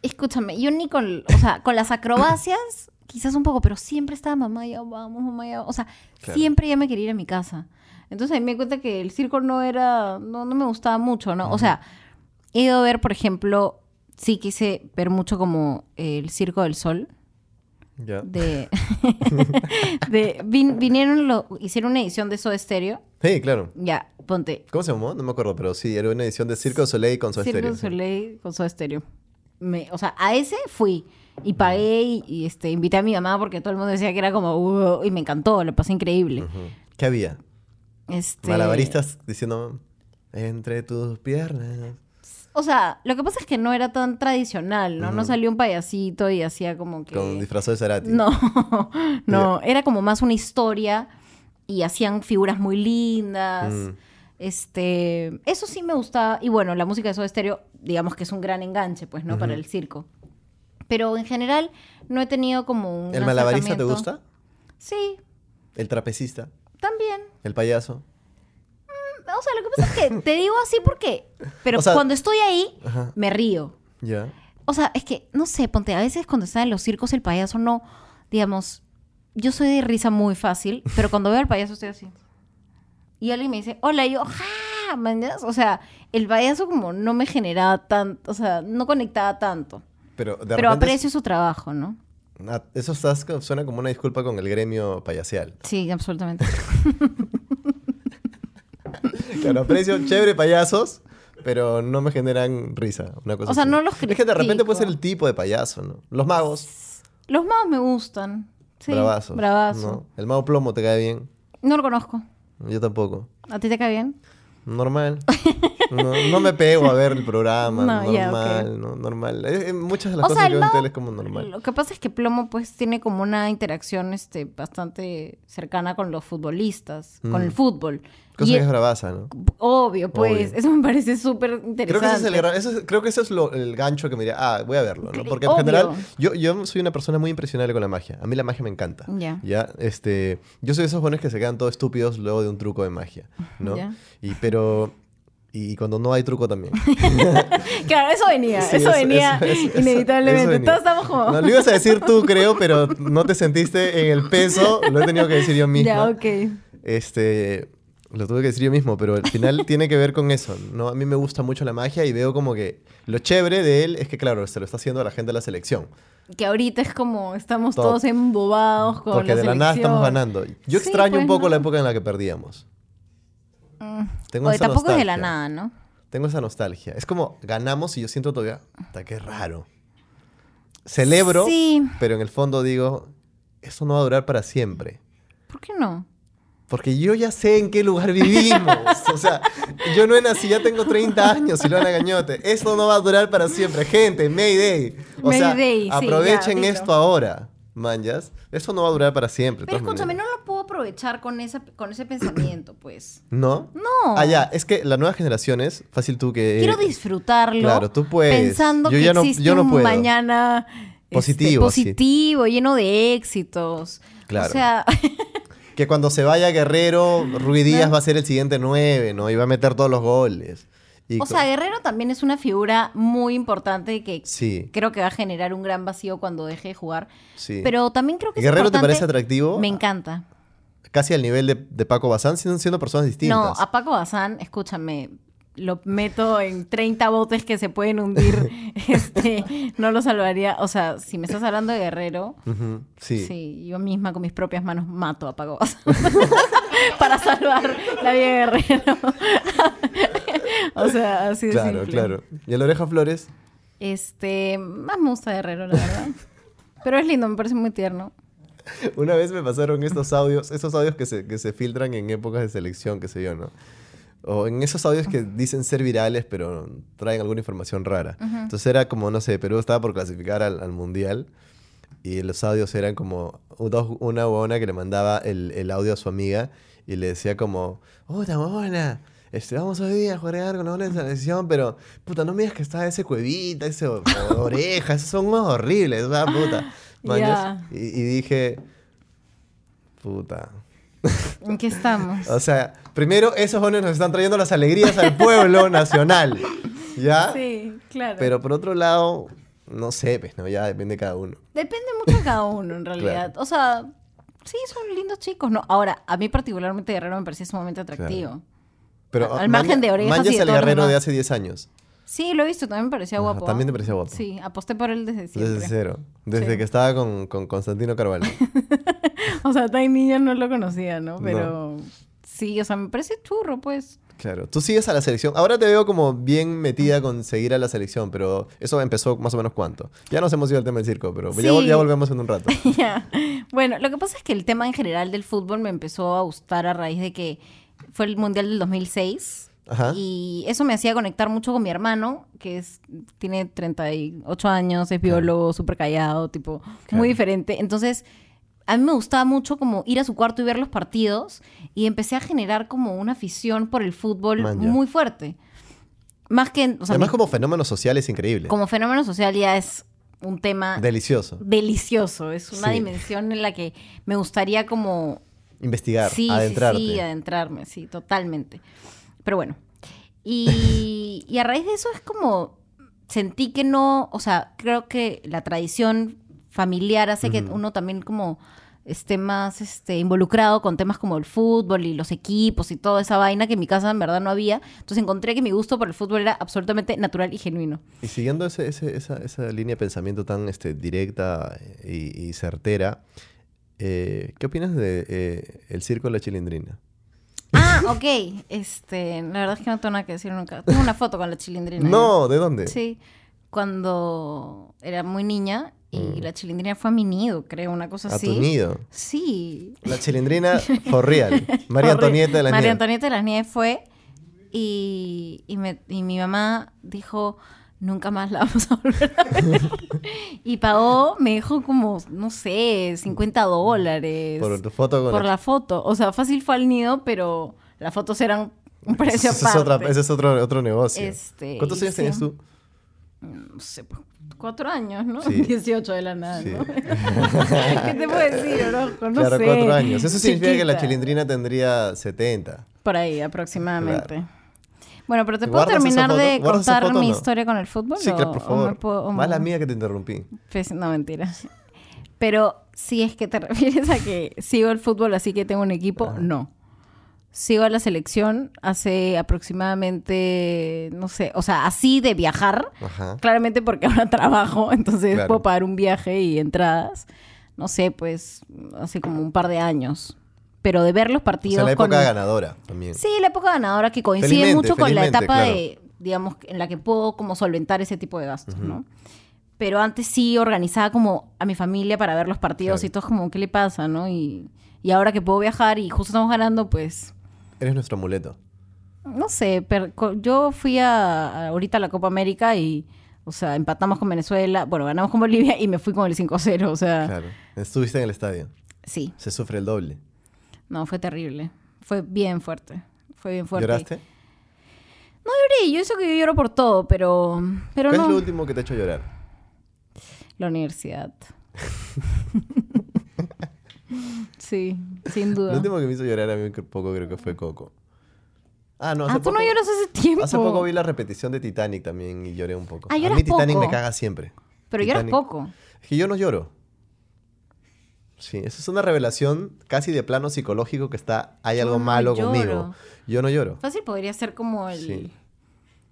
Speaker 2: Escúchame, yo ni con, o sea, con las acrobacias, quizás un poco, pero siempre estaba mamá, ya vamos, mamá, ya vamos". O sea,
Speaker 1: Claro.
Speaker 2: siempre ya me quería ir a mi casa. Entonces ahí me di cuenta que el circo no era, no, no me gustaba mucho, ¿no? O sea, he ido a ver, por ejemplo, sí quise ver mucho como eh, el Circo del Sol.
Speaker 1: Ya.
Speaker 2: De, <laughs> de- vin- vinieron, lo, hicieron una edición de Soda Stereo.
Speaker 1: Sí, claro.
Speaker 2: Ya, ponte,
Speaker 1: ¿Cómo se llamó? No me acuerdo, pero sí, era una edición de Circo de Soleil con su
Speaker 2: Circo
Speaker 1: estéreo.
Speaker 2: du Soleil con Soda Stereo. Me- o sea, a ese fui y pagué y, y, este, invité a mi mamá porque todo el mundo decía que era como "Uh", y me encantó, lo pasé increíble.
Speaker 1: ¿Qué había?
Speaker 2: Este,
Speaker 1: Mm. Malabaristas diciendo entre tus piernas.
Speaker 2: O sea, lo que pasa es que no era tan tradicional, ¿no? No
Speaker 1: Ujú.
Speaker 2: salió un payasito y hacía como que
Speaker 1: Mm. Con disfraz de Cerati.
Speaker 2: No, <laughs> no, era como más una historia y hacían figuras muy lindas.
Speaker 1: Mm.
Speaker 2: Este, eso sí me gustaba. Y bueno, la música de Soda Stereo, digamos que es un gran enganche, pues, ¿no? Para
Speaker 1: Ujú.
Speaker 2: el circo. Pero en general no he tenido como un
Speaker 1: ¿El malabarista te
Speaker 2: acercamiento.
Speaker 1: gusta?
Speaker 2: Sí,
Speaker 1: ¿El trapecista?
Speaker 2: también.
Speaker 1: ¿El payaso?
Speaker 2: O sea, lo que pasa es que te digo así porque...
Speaker 1: <laughs>
Speaker 2: Pero
Speaker 1: O sea-
Speaker 2: cuando estoy ahí,
Speaker 1: Ajá.
Speaker 2: me río.
Speaker 1: Ya.
Speaker 2: O sea, es que, no sé, ponte, a veces cuando está en los circos el payaso no, digamos, yo soy de risa
Speaker 1: <laughs>
Speaker 2: muy fácil, pero cuando veo al payaso estoy así. Y alguien me dice, hola, y yo, ¡ja! ¿me entiendes? O sea, el payaso como no me generaba tanto, o sea, no conectaba tanto.
Speaker 1: Pero, de
Speaker 2: Pero
Speaker 1: repente
Speaker 2: aprecio su trabajo, ¿no?
Speaker 1: Ah, Eso estás- suena como una disculpa con el gremio payaseal. <laughs>
Speaker 2: Sí, absolutamente.
Speaker 1: Claro,
Speaker 2: <laughs>
Speaker 1: aprecio chévere payasos, pero no me generan risa. Una cosa
Speaker 2: O sea,
Speaker 1: así.
Speaker 2: no los
Speaker 1: Es que de repente
Speaker 2: critico.
Speaker 1: puede ser el tipo de payaso, ¿no? Los magos,
Speaker 2: Los magos me gustan. Sí,
Speaker 1: bravazos.
Speaker 2: bravazo.
Speaker 1: ¿no? El mago plomo te cae bien.
Speaker 2: No lo conozco.
Speaker 1: Yo tampoco.
Speaker 2: ¿A ti te cae bien? <laughs>
Speaker 1: normal. No, no me pego a ver el programa,
Speaker 2: No,
Speaker 1: normal,
Speaker 2: ya,
Speaker 1: no, normal. Eh, eh, muchas de las
Speaker 2: O
Speaker 1: cosas
Speaker 2: sea,
Speaker 1: que veo en
Speaker 2: no-
Speaker 1: tele es como normal.
Speaker 2: Lo que pasa es que Plomo pues tiene como una interacción este, bastante cercana con los futbolistas, con
Speaker 1: Mm.
Speaker 2: el fútbol.
Speaker 1: Cosa
Speaker 2: Y
Speaker 1: que es
Speaker 2: es-
Speaker 1: bravaza, ¿no?
Speaker 2: Obvio, pues.
Speaker 1: Obvio.
Speaker 2: Eso me parece súper interesante.
Speaker 1: Creo que ese es, el, gran- ese es- creo que ese es lo- el gancho que me diría, ah, voy a verlo, ¿no? Porque en
Speaker 2: obvio.
Speaker 1: general, yo, yo soy una persona muy impresionable con la magia. A mí la magia me encanta.
Speaker 2: Ya.
Speaker 1: Ya, este, yo soy de esos buenos que se quedan todos estúpidos luego de un truco de magia, ¿no?
Speaker 2: Ya.
Speaker 1: Y pero y cuando no hay truco también.
Speaker 2: <laughs> <laughs> Claro, eso venía,
Speaker 1: Sí,
Speaker 2: eso,
Speaker 1: eso-
Speaker 2: venía
Speaker 1: eso- eso- eso-
Speaker 2: inevitablemente.
Speaker 1: eso venía.
Speaker 2: Todos estamos como...
Speaker 1: No, lo ibas a decir tú, creo, pero no te sentiste en el peso, lo he tenido que decir yo mismo.
Speaker 2: Ya, ok.
Speaker 1: Este, lo tuve que decir yo mismo, pero al final tiene que ver con eso. ¿no? A mí me gusta mucho la magia y veo como que lo chévere de él es que, claro, se lo está haciendo a la gente de la selección.
Speaker 2: Que ahorita es como estamos
Speaker 1: Todo.
Speaker 2: todos embobados con
Speaker 1: porque
Speaker 2: la
Speaker 1: de la nada
Speaker 2: selección.
Speaker 1: estamos ganando. Yo
Speaker 2: Sí,
Speaker 1: extraño un
Speaker 2: pues,
Speaker 1: poco
Speaker 2: no.
Speaker 1: la época en la que perdíamos.
Speaker 2: Mm.
Speaker 1: Tengo
Speaker 2: Oye,
Speaker 1: esa
Speaker 2: tampoco es de la
Speaker 1: nostalgia.
Speaker 2: nada, ¿no?
Speaker 1: Tengo esa nostalgia. Es como ganamos y yo siento todavía, "Ta, qué raro. Celebro,
Speaker 2: Sí.
Speaker 1: pero en el fondo digo, eso no va a durar para siempre.
Speaker 2: ¿Por qué no?
Speaker 1: Porque yo ya sé en qué lugar vivimos. O sea, yo no he nacido, ya tengo 30 años, Silvana Gañote. Esto no va a durar para siempre. Gente, Mayday. O
Speaker 2: Mayday, sí,
Speaker 1: sea,
Speaker 2: ya,
Speaker 1: aprovechen
Speaker 2: dilo.
Speaker 1: esto ahora, manjas. Esto no va a durar para siempre. de
Speaker 2: Pero
Speaker 1: todas
Speaker 2: escúchame,
Speaker 1: maneras.
Speaker 2: no lo puedo aprovechar con, esa, con ese pensamiento, pues.
Speaker 1: ¿No?
Speaker 2: No.
Speaker 1: Ah, ya, es que las nuevas generaciones, fácil tú que...
Speaker 2: Quiero disfrutarlo.
Speaker 1: Eh, claro, tú puedes.
Speaker 2: Pensando
Speaker 1: Yo
Speaker 2: que
Speaker 1: ya no-
Speaker 2: existe
Speaker 1: yo no
Speaker 2: un
Speaker 1: puedo.
Speaker 2: mañana este,
Speaker 1: Positivo, sí.
Speaker 2: positivo, lleno de éxitos.
Speaker 1: Claro.
Speaker 2: O sea,
Speaker 1: Que cuando se vaya Guerrero, Ruiz Díaz va a ser el siguiente 9, ¿no? Y va a meter todos los goles. <laughs> Y
Speaker 2: <laughs> o
Speaker 1: co-
Speaker 2: sea, Guerrero también es una figura muy importante que
Speaker 1: Sí,
Speaker 2: creo que va a generar un gran vacío cuando deje de jugar.
Speaker 1: sí.
Speaker 2: Pero también creo que es
Speaker 1: ¿Guerrero te
Speaker 2: importante-
Speaker 1: parece atractivo?
Speaker 2: Me encanta.
Speaker 1: Casi al nivel de, de Paco Bazán, siendo, siendo personas distintas.
Speaker 2: No, a Paco Bazán, escúchame, lo meto en 30 botes que se pueden hundir. <laughs> este, no lo salvaría. O sea, si me estás hablando de Guerrero,
Speaker 1: Ujú, sí.
Speaker 2: yo misma con mis propias manos mato a Paco Bazán. <laughs> para salvar la vida de Guerrero. <laughs> o sea, así de
Speaker 1: Claro,
Speaker 2: simple.
Speaker 1: claro. ¿Y a la oreja Flores?
Speaker 2: Este, más me gusta Guerrero, la verdad. Pero es lindo, me parece muy tierno.
Speaker 1: Una vez me pasaron estos audios, esos audios que se, que se filtran en épocas de selección, qué sé yo, ¿no? O en esos audios que dicen ser virales, pero traen alguna información rara.
Speaker 12: Ujú.
Speaker 1: Entonces era como, no sé, Perú estaba por clasificar al, al Mundial y los audios eran como dos- una huevona que le mandaba el, el audio a su amiga y le decía como, ¡Puta, huevona! Este, vamos hoy día a jugar algo, no la selección, pero puta, no me digas que está ese cuevita, ese o- oreja, esos son unos horribles, ¿verdad, puta? Mañas.
Speaker 2: Ya.
Speaker 1: Y, y dije, puta.
Speaker 2: ¿En qué estamos?
Speaker 1: O sea, primero esos jóvenes nos están trayendo las alegrías al pueblo nacional, ¿ya?
Speaker 2: Sí, claro.
Speaker 1: Ah. Pero por otro lado, no sé, pues, ¿no? Ya depende de cada uno.
Speaker 2: Depende mucho de cada uno, en realidad. O sea, sí, son lindos chicos, ¿no? Ahora, a mí particularmente Guerrero me parecía sumamente atractivo.
Speaker 1: Pero,
Speaker 2: Al margen de orejas y
Speaker 1: Mañas
Speaker 2: de
Speaker 1: el
Speaker 2: todo lo
Speaker 1: guerrero de
Speaker 2: demás.
Speaker 1: hace 10 años.
Speaker 2: Sí, lo he visto, también me parecía
Speaker 1: Ajá,
Speaker 2: guapo. ¿ah?
Speaker 1: también te parecía guapo.
Speaker 2: Sí, aposté por él desde siempre.
Speaker 1: Desde cero. Desde
Speaker 2: Sí.
Speaker 1: que estaba con, con Constantino
Speaker 2: <laughs>
Speaker 1: Carvalho.
Speaker 2: O sea, tan niño no lo conocía, ¿no?
Speaker 1: No.
Speaker 2: Pero sí, o sea, me parece churro, pues. <laughs>
Speaker 1: Claro. Tú sigues a la selección. Ahora te veo como bien metida con seguir a la selección, pero eso empezó más o menos cuánto. Ya nos hemos ido al tema del circo, pero ya, vol-
Speaker 2: Sí.
Speaker 1: ya volvemos en un
Speaker 2: <laughs>
Speaker 1: rato.
Speaker 2: Ya. Bueno, lo que pasa es que el tema en general del fútbol me empezó a gustar a raíz de que fue el Mundial del 2006.
Speaker 1: Ajá.
Speaker 2: Y eso me hacía conectar mucho con mi hermano, que es, tiene 38 años, es biólogo, súper callado, tipo, muy diferente. Entonces, a mí me gustaba mucho como ir a su cuarto y ver los partidos y empecé a generar como una afición por el fútbol
Speaker 1: Man, ya.
Speaker 2: muy fuerte. Más que, o sea,
Speaker 1: Además,
Speaker 2: mi-
Speaker 1: como fenómeno social es increíble.
Speaker 2: como fenómeno social ya es un tema
Speaker 1: Delicioso.
Speaker 2: delicioso. Es una
Speaker 1: Sí.
Speaker 2: dimensión en la que me gustaría como
Speaker 1: Investigar,
Speaker 2: sí,
Speaker 1: adentrarte.
Speaker 2: Sí, sí, adentrarme, sí, totalmente. Pero bueno.
Speaker 1: <laughs>
Speaker 2: Y, y a raíz de eso es como sentí que no, o sea, creo que la tradición familiar hace que
Speaker 14: Ujú.
Speaker 2: uno también como esté más este, involucrado con temas como el fútbol y los equipos y toda esa vaina que en mi casa en verdad no había. Entonces encontré que mi gusto por el fútbol era absolutamente natural y genuino.
Speaker 1: Y siguiendo ese- ese- esa, esa línea de pensamiento tan este, directa y, y certera, eh, ¿qué opinas de eh, el circo de la chilindrina?
Speaker 2: Ah, ok. Este, la verdad es que no tengo nada que decir nunca. Tengo una foto con la chilindrina.
Speaker 1: No,
Speaker 2: ¿eh?
Speaker 1: ¿de dónde?
Speaker 2: Sí. Cuando era muy niña y
Speaker 1: Mm.
Speaker 2: la chilindrina fue a mi nido, creo, una cosa
Speaker 1: ¿A
Speaker 2: así.
Speaker 1: tu nido?
Speaker 2: pues Sí. <laughs>
Speaker 1: La chilindrina for real. María
Speaker 2: Horrible.
Speaker 1: Antonieta de la
Speaker 2: María
Speaker 1: Nieve.
Speaker 2: Antonieta de las Nieves fue y, y me- y mi mamá dijo, nunca más la <laughs> vamos a volver a
Speaker 1: <laughs>
Speaker 2: ver. y pagó, me dijo como, no sé, 50 dólares.
Speaker 1: Por tu foto con
Speaker 2: Por
Speaker 1: la-
Speaker 2: la foto. O sea, fácil fue al nido, pero las fotos eran
Speaker 1: <laughs>
Speaker 2: un precio
Speaker 1: Ese es, otra-
Speaker 2: aparte.
Speaker 1: ese es otro, otro negocio.
Speaker 2: Este,
Speaker 1: ¿Cuántos
Speaker 2: y
Speaker 1: años tenías
Speaker 2: sí.
Speaker 1: tú?
Speaker 2: No sé, pues, cuatro años, ¿no? <laughs>
Speaker 1: Sí.
Speaker 2: 18 de la nada,
Speaker 1: Sí. <laughs>
Speaker 2: ¿no? ¿Qué te puedo decir, Orozco? No
Speaker 1: claro,
Speaker 2: sé.
Speaker 1: cuatro años. Eso significa que la
Speaker 2: Chiquita.
Speaker 1: chilindrina tendría 70.
Speaker 2: Por ahí, aproximadamente. Bueno, pero ¿te
Speaker 1: ¿Y
Speaker 2: puedo
Speaker 1: guardas esa
Speaker 2: terminar
Speaker 1: foto?
Speaker 2: de
Speaker 1: ¿Guardas esa
Speaker 2: contar
Speaker 1: foto o
Speaker 2: mi
Speaker 1: no?
Speaker 2: historia con el fútbol?
Speaker 1: Sí, claro, por
Speaker 2: o- o
Speaker 1: favor.
Speaker 2: me puedo- o me-
Speaker 1: Mala mía que te interrumpí.
Speaker 2: Pues, no, mentira. Pero si es que te <laughs> refieres a que sigo el fútbol así que tengo un equipo, no. Sigo a la selección hace aproximadamente, no sé, o sea, así de viajar.
Speaker 1: Ajá.
Speaker 2: Claramente porque ahora <laughs> trabajo, entonces
Speaker 1: Claro.
Speaker 2: puedo pagar un viaje y entradas. No sé, pues hace como un par de años. Pero de ver
Speaker 1: O
Speaker 2: los partidos
Speaker 1: sea, la
Speaker 2: con-
Speaker 1: época ganadora también.
Speaker 2: Sí, la época ganadora que coincide
Speaker 1: Felizmente,
Speaker 2: mucho con la
Speaker 1: felizmente,
Speaker 2: etapa de, digamos, en la que puedo como solventar ese tipo de gastos,
Speaker 1: Ujú.
Speaker 2: ¿no? Pero antes sí organizaba como a mi familia para ver los partidos y todo es como, ¿qué le pasa, no? Y, y ahora que puedo viajar y justo estamos ganando, pues,
Speaker 1: Eres nuestro amuleto.
Speaker 2: no sé, per- co- yo fui a, a ahorita a la Copa América y, o sea, empatamos con Venezuela, bueno, ganamos con Bolivia y me fui con el 5-0, o sea,
Speaker 1: Claro. Estuviste en el estadio.
Speaker 2: Sí.
Speaker 1: Se sufre el doble.
Speaker 2: no, fue terrible. Fue bien fuerte, fue bien fuerte.
Speaker 1: ¿Lloraste?
Speaker 2: No lloré, yo eso que yo lloro por todo, pero, pero
Speaker 1: ¿Qué
Speaker 2: no.
Speaker 1: es lo último que te ha hecho llorar? <laughs>
Speaker 2: La universidad. sí, sin duda.
Speaker 1: Lo último que me hizo llorar a mí un poco creo que fue Coco. Ah, no,
Speaker 2: ah,
Speaker 1: hace
Speaker 2: tú no
Speaker 1: poco-
Speaker 2: lloras hace tiempo.
Speaker 1: Hace poco vi la repetición de Titanic también y lloré un poco.
Speaker 2: Ah,
Speaker 1: a
Speaker 2: lloras
Speaker 1: mí Titanic
Speaker 2: poco.
Speaker 1: me caga siempre.
Speaker 2: Pero lloras
Speaker 1: Titanic-
Speaker 2: poco.
Speaker 1: Es que yo no lloro. Sí, esa es una revelación casi de plano psicológico que está, hay algo malo
Speaker 2: lloro.
Speaker 1: conmigo. Yo no lloro.
Speaker 2: Fácil podría ser como el.
Speaker 1: Sí.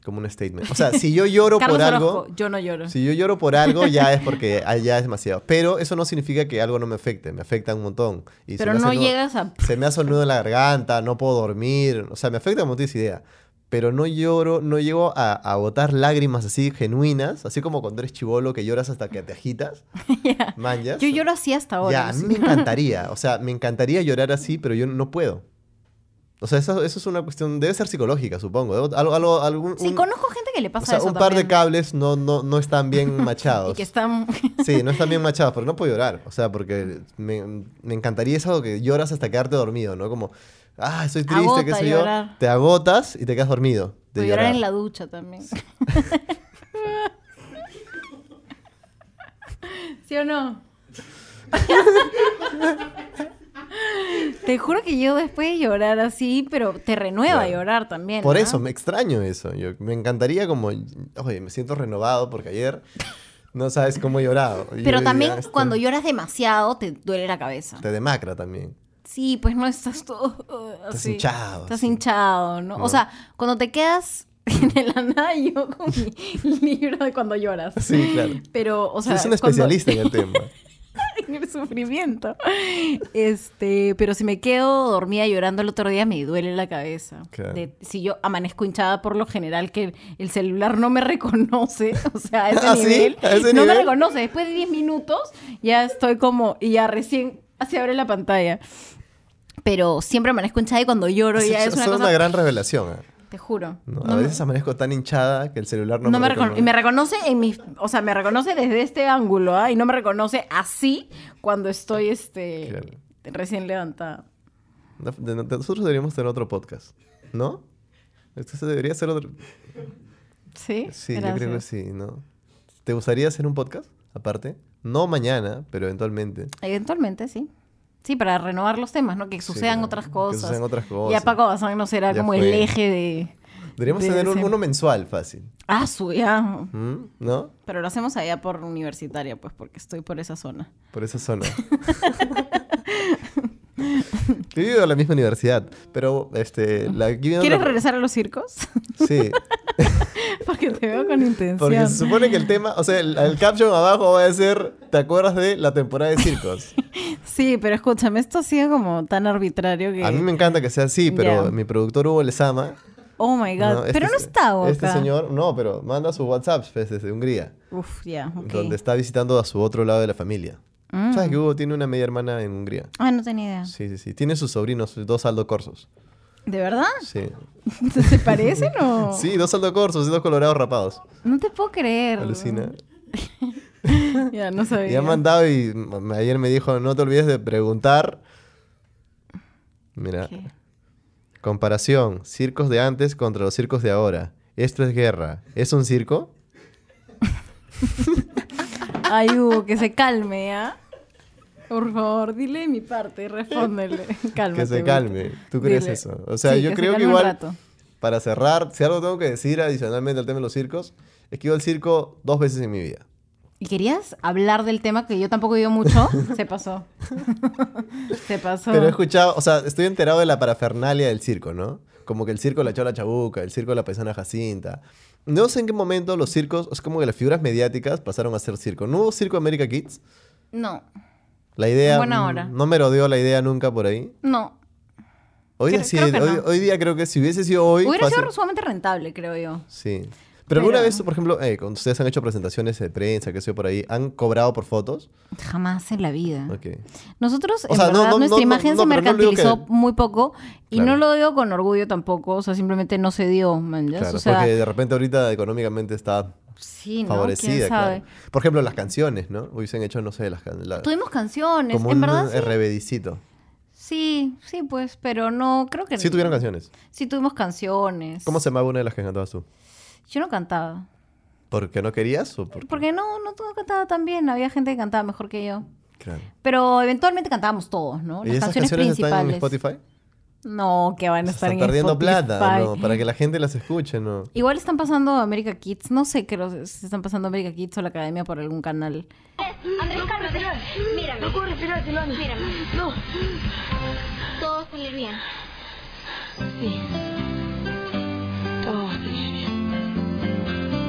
Speaker 1: Como un statement. O sea, si yo
Speaker 2: <laughs>
Speaker 1: lloro
Speaker 2: Carlos
Speaker 1: por algo,
Speaker 2: Orozco, yo no lloro.
Speaker 1: si yo lloro por algo ya es porque ah, ya es demasiado. Pero eso no significa que algo no me afecte, me afecta un montón. Y se
Speaker 2: Pero
Speaker 1: me hace
Speaker 2: no
Speaker 1: nudo-
Speaker 2: llegas a.
Speaker 1: se me hace un nudo en la garganta, no puedo dormir. O sea, me afecta como tienes idea. Pero no lloro, no llego a, a botar lágrimas así genuinas, así como cuando eres chivolo que lloras hasta que te
Speaker 2: <laughs>
Speaker 1: agitas. Manjas.
Speaker 2: Yo lloro así hasta ahora.
Speaker 1: Ya, a mí me encantaría. O sea, me encantaría llorar así, pero yo no puedo. O sea, eso, eso es una cuestión, debe ser psicológica, supongo. Debo- Algo, algo, algún,
Speaker 2: Sí,
Speaker 1: un-
Speaker 2: conozco gente que le pasa
Speaker 1: o sea,
Speaker 2: eso.
Speaker 1: un par de
Speaker 2: también.
Speaker 1: cables no, no, no están
Speaker 2: <laughs>
Speaker 1: bien
Speaker 2: Y
Speaker 1: machados.
Speaker 2: que están. <laughs>
Speaker 1: Sí, no están bien machados, pero no puedo llorar. O sea, porque me, me encantaría eso que lloras hasta quedarte dormido, ¿no? Como, ah, estoy triste,
Speaker 2: Agota
Speaker 1: qué sé yo.
Speaker 2: llorar.
Speaker 1: Te agotas y te quedas dormido. De
Speaker 2: Voy a
Speaker 1: llorar.
Speaker 2: llorar en la ducha también. <laughs> ¿Sí
Speaker 1: <laughs>
Speaker 2: o no? te juro que yo después de llorar así, pero te renueva
Speaker 1: Claro.
Speaker 2: llorar también.
Speaker 1: Por
Speaker 2: ¿ah?
Speaker 1: eso, me extraño eso. Yo, me encantaría como, oye, me siento renovado porque ayer no sabes cómo he llorado. Y
Speaker 2: Pero
Speaker 1: yo
Speaker 2: también
Speaker 1: diría, "Ah, "Esto
Speaker 2: cuando lloras demasiado te duele la cabeza.
Speaker 1: Te demacra también.
Speaker 2: Sí, pues no estás todo uh,
Speaker 1: Estás
Speaker 2: así.
Speaker 1: hinchado,
Speaker 2: Estás hinchado, ¿no?
Speaker 1: No.
Speaker 2: O sea, cuando te quedas <laughs> en el anada yo con mi <laughs> libro de cuando lloras.
Speaker 1: Sí, claro.
Speaker 2: Pero, <laughs> o sea,
Speaker 1: es un
Speaker 2: cuando- <laughs>
Speaker 1: especialista en el tema.
Speaker 2: en el sufrimiento. Este, pero si me quedo dormida llorando el otro día me duele la cabeza.
Speaker 1: Claro.
Speaker 2: De- si yo amanezco hinchada por lo general que el celular no me reconoce, <laughs> o sea, a ese,
Speaker 1: ¿Ah, sí?
Speaker 2: nivel,
Speaker 1: ¿A ese
Speaker 2: no me
Speaker 1: nivel?
Speaker 2: reconoce. Después de 10 minutos ya estoy como y ya recién se abre la pantalla. Pero siempre amanezco hinchada y cuando lloro
Speaker 1: Eso
Speaker 2: ya es
Speaker 1: eso
Speaker 2: una
Speaker 1: es
Speaker 2: cosa,
Speaker 1: una gran revelación. ¿eh?
Speaker 2: te juro.
Speaker 1: No,
Speaker 2: No
Speaker 1: a
Speaker 2: me-
Speaker 1: veces amanezco tan hinchada que el celular no,
Speaker 2: no me recono-
Speaker 1: reconoce.
Speaker 2: y me reconoce en mis, o sea, me reconoce desde este ángulo, ¿ah? Y no me reconoce así cuando estoy este
Speaker 1: Claro.
Speaker 2: recién levantada.
Speaker 1: No, de- de- Nosotros deberíamos tener otro podcast, ¿no? Esto se debería ser otro.
Speaker 2: Sí,
Speaker 1: Sí, yo creo que
Speaker 2: Gracias.
Speaker 1: sí, ¿no? ¿Te gustaría hacer un podcast aparte? No mañana, pero eventualmente.
Speaker 2: Eventualmente, sí. Sí, para renovar los temas, ¿no? Que sucedan
Speaker 1: claro,
Speaker 2: otras
Speaker 1: que
Speaker 2: cosas.
Speaker 1: sucedan otras
Speaker 2: Ya
Speaker 1: cosas.
Speaker 2: Paco Bazán no será
Speaker 1: Ya
Speaker 2: como el
Speaker 1: fue.
Speaker 2: eje de...
Speaker 1: Deberíamos
Speaker 2: de
Speaker 1: tener un-
Speaker 2: ese-
Speaker 1: uno mensual fácil,
Speaker 2: Ah, su, ya.
Speaker 1: ¿Mm? ¿no?
Speaker 2: Pero lo hacemos allá por universitaria, pues, porque estoy por esa zona.
Speaker 1: Por esa
Speaker 2: <laughs>
Speaker 1: zona. Yo vivo en la misma universidad, pero este, la, aquí viene
Speaker 2: ¿Quieres
Speaker 1: otra-
Speaker 2: regresar a los circos? <laughs>
Speaker 1: Sí,
Speaker 2: porque te veo con intención.
Speaker 1: porque se supone que el tema, o sea, el, el caption abajo va a ser, ¿te acuerdas de la temporada de circos?
Speaker 2: Sí, pero escúchame, esto ha sido como tan arbitrario que...
Speaker 1: A mí me encanta que sea así, pero
Speaker 2: Ya.
Speaker 1: mi productor Hugo Lezama.
Speaker 2: Oh, my God.
Speaker 1: ¿no? Este
Speaker 2: pero no
Speaker 1: se-
Speaker 2: está Boca.
Speaker 1: Este señor, no, pero manda sus WhatsApps pues, desde Hungría,
Speaker 2: Uf, ya, ok.
Speaker 1: donde está visitando a su otro lado de la familia.
Speaker 2: Mm.
Speaker 1: ¿Sabes que Hugo tiene una media hermana en Hungría?
Speaker 2: Ah, no tenía idea.
Speaker 1: Sí, sí, sí. Tiene sus sobrinos, sus dos Aldo Corsos.
Speaker 2: ¿De verdad?
Speaker 1: Sí.
Speaker 2: ¿Se parecen o...?
Speaker 1: <laughs> Sí, dos saldo corsos y dos colorados rapados.
Speaker 2: No te puedo creer.
Speaker 1: Alucina.
Speaker 2: Ya, no sabía.
Speaker 1: Y han mandado y m- ayer me dijo, no te olvides de preguntar. Mira. Comparación, circos de antes contra los circos de ahora. Esto es guerra. ¿Es un circo?
Speaker 2: Ay, Hugo, que se calme, ¿ya? Por favor, dile de mi parte, respóndele.
Speaker 1: <laughs>
Speaker 2: Cálmate.
Speaker 1: que se
Speaker 2: Hugo.
Speaker 1: calme. ¿Tú crees
Speaker 2: Dile.
Speaker 1: eso? O sea,
Speaker 2: Sí,
Speaker 1: yo
Speaker 2: que se
Speaker 1: creo que
Speaker 2: calme un
Speaker 1: igual,
Speaker 2: rato.
Speaker 1: para cerrar, si algo tengo que decir adicionalmente al tema de los circos, es que iba al circo dos veces en mi vida.
Speaker 2: ¿Y querías hablar del tema que yo tampoco he
Speaker 1: <laughs>
Speaker 2: oído mucho? Se pasó. se pasó.
Speaker 1: Pero he escuchado, o sea, estoy enterado de la parafernalia del circo, ¿no? Como que el circo de la chola chabuca, el circo de la paisana Jacinta. No sé en qué momento los circos, es como que las figuras mediáticas pasaron a ser circo. ¿No hubo circo América Kids?
Speaker 2: No,
Speaker 1: La idea...
Speaker 2: Buena
Speaker 1: mm,
Speaker 2: hora.
Speaker 1: No me rodeó la idea nunca por ahí.
Speaker 2: no.
Speaker 1: Hoy, día
Speaker 2: Creo-
Speaker 1: sí,
Speaker 2: creo que
Speaker 1: hoy,
Speaker 2: no.
Speaker 1: hoy día creo que si hubiese sido hoy...
Speaker 2: Hubiera
Speaker 1: fácil-
Speaker 2: sido sumamente rentable, creo yo.
Speaker 1: Sí. Pero alguna
Speaker 2: Pero-
Speaker 1: vez, por ejemplo, eh, cuando ustedes han hecho presentaciones de prensa, que sé yo, por ahí, ¿han cobrado por fotos?
Speaker 2: Jamás en la vida.
Speaker 1: Ok.
Speaker 2: Nosotros,
Speaker 1: O
Speaker 2: en
Speaker 1: sea, no,
Speaker 2: verdad,
Speaker 1: no,
Speaker 2: nuestra
Speaker 1: no,
Speaker 2: imagen
Speaker 1: no,
Speaker 2: se
Speaker 1: pero no digo
Speaker 2: mercantilizó
Speaker 1: que-
Speaker 2: muy poco y
Speaker 1: Claro.
Speaker 2: no lo digo con orgullo tampoco, o sea, simplemente no se dio, man, ¿ya?
Speaker 1: Claro,
Speaker 2: o sea,
Speaker 1: porque de repente ahorita económicamente está
Speaker 2: sí, ¿no?
Speaker 1: favorecida,
Speaker 2: ¿Quién sabe?
Speaker 1: claro. Por ejemplo, las canciones, ¿no? Hubiesen hecho, no sé, las canciones.
Speaker 2: Tuvimos canciones,
Speaker 1: Como
Speaker 2: en
Speaker 1: un
Speaker 2: verdad sí.
Speaker 1: rebedicito.
Speaker 2: Sí, sí, pues, pero no, creo que
Speaker 1: Sí tuvieron canciones.
Speaker 2: Sí tuvimos canciones.
Speaker 1: ¿Cómo se llamaba una de las que cantabas tú?
Speaker 2: Yo no cantaba.
Speaker 1: ¿Porque no querías o por...?
Speaker 2: Porque no, no todo cantaba tan bien. Había gente que cantaba mejor que yo.
Speaker 1: Claro.
Speaker 2: Pero eventualmente cantábamos todos, ¿no?
Speaker 1: ¿Y
Speaker 2: Las
Speaker 1: esas
Speaker 2: canciones,
Speaker 1: canciones están en
Speaker 2: principales.
Speaker 1: Spotify?
Speaker 2: No, que van a estar
Speaker 1: Están
Speaker 2: en
Speaker 1: perdiendo
Speaker 2: Spotify.
Speaker 1: plata, ¿no? Para que la gente las escuche, ¿no?
Speaker 2: Igual están pasando América Kids. No sé que los, si están pasando América Kids o la Academia por algún canal.
Speaker 14: Andrés, cálmate, Lon. Mírame. No puedo respirar, Lon. Mírame. No. Todo va a salir bien. Sí. Todo va a salir bien.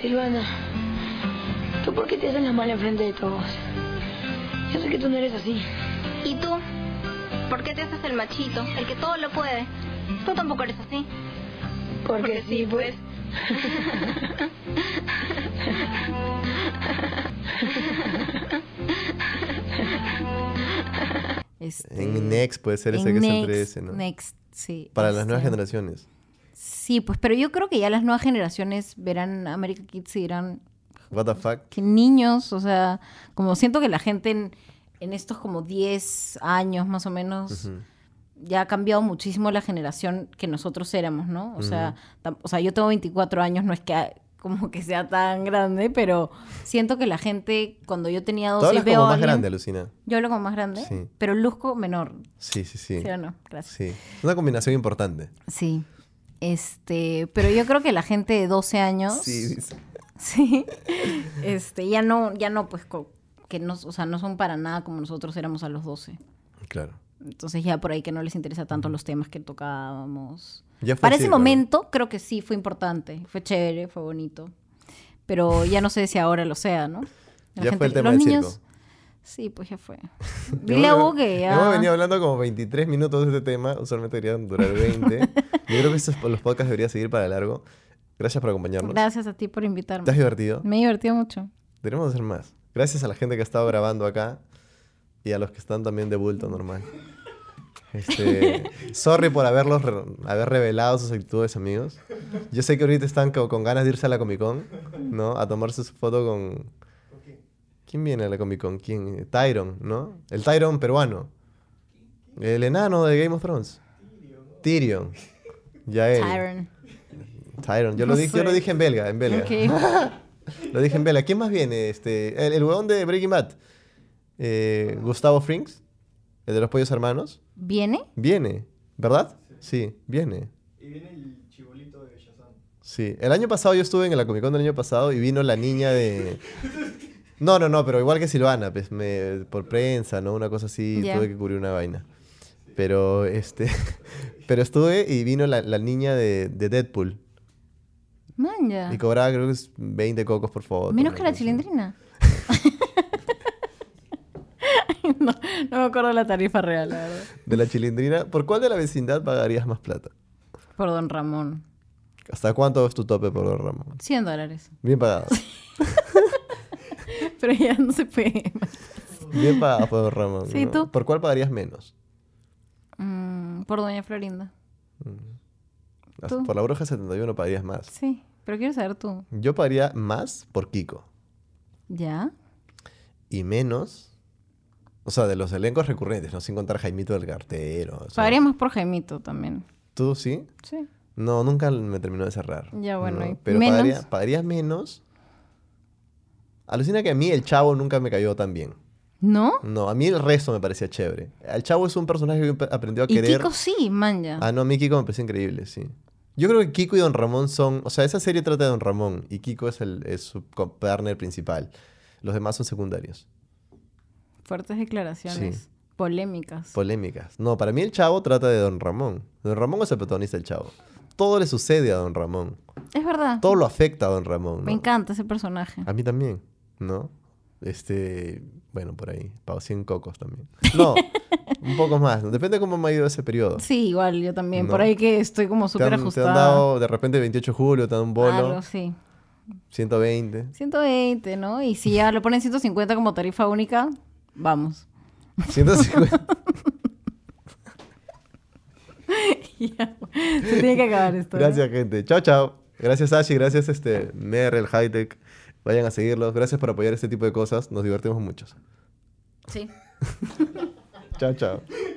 Speaker 14: Silvana, ¿tú por qué te haces la mala enfrente de todos? Yo sé que tú no eres así.
Speaker 5: ¿Y tú? ¿Por qué te haces el machito, el que todo lo puede? Tú tampoco eres así.
Speaker 14: Porque sí, pues.
Speaker 2: Este,
Speaker 1: En Next puede ser ese
Speaker 2: en
Speaker 1: que es
Speaker 2: Next,
Speaker 1: el 13, ¿no?
Speaker 2: Next, sí.
Speaker 1: Para las nuevas
Speaker 2: este,
Speaker 1: generaciones.
Speaker 2: Sí, pues, pero yo creo que ya las nuevas generaciones verán América Kids y dirán,
Speaker 1: What the fuck.
Speaker 2: que niños, o sea, como siento que la gente en, en estos como 10 años más o menos
Speaker 1: Ujú.
Speaker 2: ya ha cambiado muchísimo la generación que nosotros éramos, ¿no? O sea,
Speaker 14: Ujú.
Speaker 2: tam- o sea, yo tengo 24 años, no es que ah, como que sea tan grande, pero siento que la gente cuando yo tenía
Speaker 1: Tú
Speaker 2: 12 y
Speaker 1: hablas
Speaker 2: veo
Speaker 1: como
Speaker 2: a
Speaker 1: más
Speaker 2: alguien-
Speaker 1: grande, Lucina.
Speaker 2: Yo hablo como más grande,
Speaker 1: Sí.
Speaker 2: pero luzco menor.
Speaker 1: Sí, sí, sí.
Speaker 2: ¿Sí o no? Gracias.
Speaker 1: Sí. Una combinación importante.
Speaker 2: Sí. Este, pero yo creo que la gente de 12 años
Speaker 1: Sí, dice.
Speaker 2: Sí. <laughs> Este, ya no, ya no, pues, co- que no, o sea, no son para nada como nosotros éramos a los 12.
Speaker 1: Claro.
Speaker 2: Entonces ya por ahí que no les interesa tanto los temas que tocábamos.
Speaker 1: Ya fue
Speaker 2: para ese
Speaker 1: circo, ¿no?
Speaker 2: momento creo que sí fue importante, fue chévere, fue bonito. Pero ya no sé si ahora lo sea, ¿no?
Speaker 1: Ya
Speaker 2: La gente-
Speaker 1: fue el tema
Speaker 2: los
Speaker 1: del
Speaker 2: niños,
Speaker 1: circo.
Speaker 2: Sí, pues
Speaker 1: <laughs>
Speaker 2: ya fue.
Speaker 1: Hemos-
Speaker 2: Dile ah. a Hugo que ya...
Speaker 1: Hemos venido hablando como 23 minutos de este tema. Usualmente deberían durar
Speaker 2: <laughs>
Speaker 1: 20. Yo creo que estos, los podcasts deberían seguir para largo. Gracias por acompañarnos.
Speaker 2: Gracias a ti por invitarme.
Speaker 1: ¿Te has divertido?
Speaker 2: Me he divertido mucho.
Speaker 1: Tenemos que hacer más. Gracias a la gente que ha estado grabando acá y a los que están también de bulto normal.
Speaker 2: <laughs>
Speaker 1: Este, sorry por haberlos re- haber revelado sus actitudes, amigos. Yo sé que ahorita están co- con ganas de irse a la Comic Con, ¿no? A tomarse su foto con. ¿Quién viene a la Comic Con? ¿Quién? Tyron, ¿no? El Tyron peruano. El enano de Game of Thrones. Tyrion. Ya él.
Speaker 2: Tyron.
Speaker 1: Tyron. Yo, lo
Speaker 2: No
Speaker 1: dije, yo lo
Speaker 2: sé.
Speaker 1: dije en belga, en belga. Lo dije en vela. ¿Quién más viene? Este, el, el huevón de Breaking Bad. Eh, Gustavo Frings, el de los pollos hermanos.
Speaker 2: ¿Viene?
Speaker 1: Viene, ¿verdad? Sí, viene. Sí, el año pasado yo estuve en la Comic Con del año pasado y vino la niña de... No, no, no, pero igual que Silvana, pues me, por prensa, ¿no? Una cosa así,
Speaker 2: Ya.
Speaker 1: tuve que cubrir una vaina. Pero este... <laughs> Pero estuve y vino la, la niña de, de Deadpool.
Speaker 2: Man, ya.
Speaker 1: Y cobraba creo que es 20 cocos por foto.
Speaker 2: Ah. Menos
Speaker 1: ¿no?
Speaker 2: que la chilindrina. <laughs> no, no me acuerdo la tarifa real, la verdad.
Speaker 1: De la chilindrina, ¿por cuál de la vecindad pagarías más plata?
Speaker 2: Por Don Ramón.
Speaker 1: ¿Hasta cuánto es tu tope por don Ramón?
Speaker 2: <laughs> 100 dólares.
Speaker 1: Bien pagado.
Speaker 2: Pero ya no se puede. más.
Speaker 1: Bien pagado, Juan Ramón.
Speaker 2: Sí,
Speaker 1: ¿no?
Speaker 2: ¿tú?
Speaker 1: ¿Por cuál pagarías menos?
Speaker 2: Mm, por Doña Florinda. ¿Tú?
Speaker 1: Por la bruja 71 pagarías más.
Speaker 2: Sí, pero quiero saber tú.
Speaker 1: Yo pagaría más por Kiko
Speaker 2: ¿Ya?
Speaker 1: y menos, o sea, de los elencos recurrentes, no sin contar Jaimito del Cartero. o sea,
Speaker 2: Pagaría más por Jaimito también.
Speaker 1: ¿Tú sí?
Speaker 2: Sí.
Speaker 1: No, nunca me terminó de cerrar.
Speaker 2: Ya, bueno,
Speaker 1: No,
Speaker 2: y
Speaker 1: pero
Speaker 2: menos.
Speaker 1: Pagaría, pagaría menos. Alucina que a mí el chavo nunca me cayó tan bien.
Speaker 2: ¿No?
Speaker 1: No, a mí el resto me parecía chévere. El chavo es un personaje que ap- aprendió a
Speaker 2: Y
Speaker 1: querer.
Speaker 2: Kiko sí, man, ya.
Speaker 1: Ah, no, a mí Kiko me pareció increíble, sí. Yo creo que Kiko y Don Ramón son. O sea, esa serie trata de Don Ramón y Kiko es, el, es su co- partner principal. Los demás son secundarios.
Speaker 2: Fuertes declaraciones. Polémicas.
Speaker 1: Polémicas. No, para mí el chavo trata de Don Ramón. Don Ramón es el protagonista del chavo. Todo le sucede a Don Ramón.
Speaker 2: Es verdad.
Speaker 1: Todo lo afecta a Don Ramón.
Speaker 2: Me
Speaker 1: ¿no? Ah.
Speaker 2: encanta ese personaje.
Speaker 1: A mí también, ¿no? Este, bueno, por ahí. Pago 100 cocos también. No, <laughs> un poco más. Depende de cómo me ha ido ese periodo.
Speaker 2: Sí, igual, yo también.
Speaker 1: No.
Speaker 2: Por ahí que estoy como
Speaker 1: Te han,
Speaker 2: súper
Speaker 1: te
Speaker 2: ajustada.
Speaker 1: han dado de repente 28 de julio, te dan un bolo.
Speaker 2: Algo, sí. <laughs>
Speaker 1: 120.
Speaker 2: 120, ¿no? Y si ya lo ponen 150 como tarifa única, vamos.
Speaker 1: 150.
Speaker 2: Ya, Se tiene que acabar esto. ¿eh? ¿no?
Speaker 1: Gracias, gente. Chao, chao. Gracias, Ashi. Gracias, este, Merrell, Hightech. Vayan a seguirlos. Gracias por apoyar este tipo de cosas. Nos divertimos mucho.
Speaker 2: Sí.
Speaker 1: Chao, chao.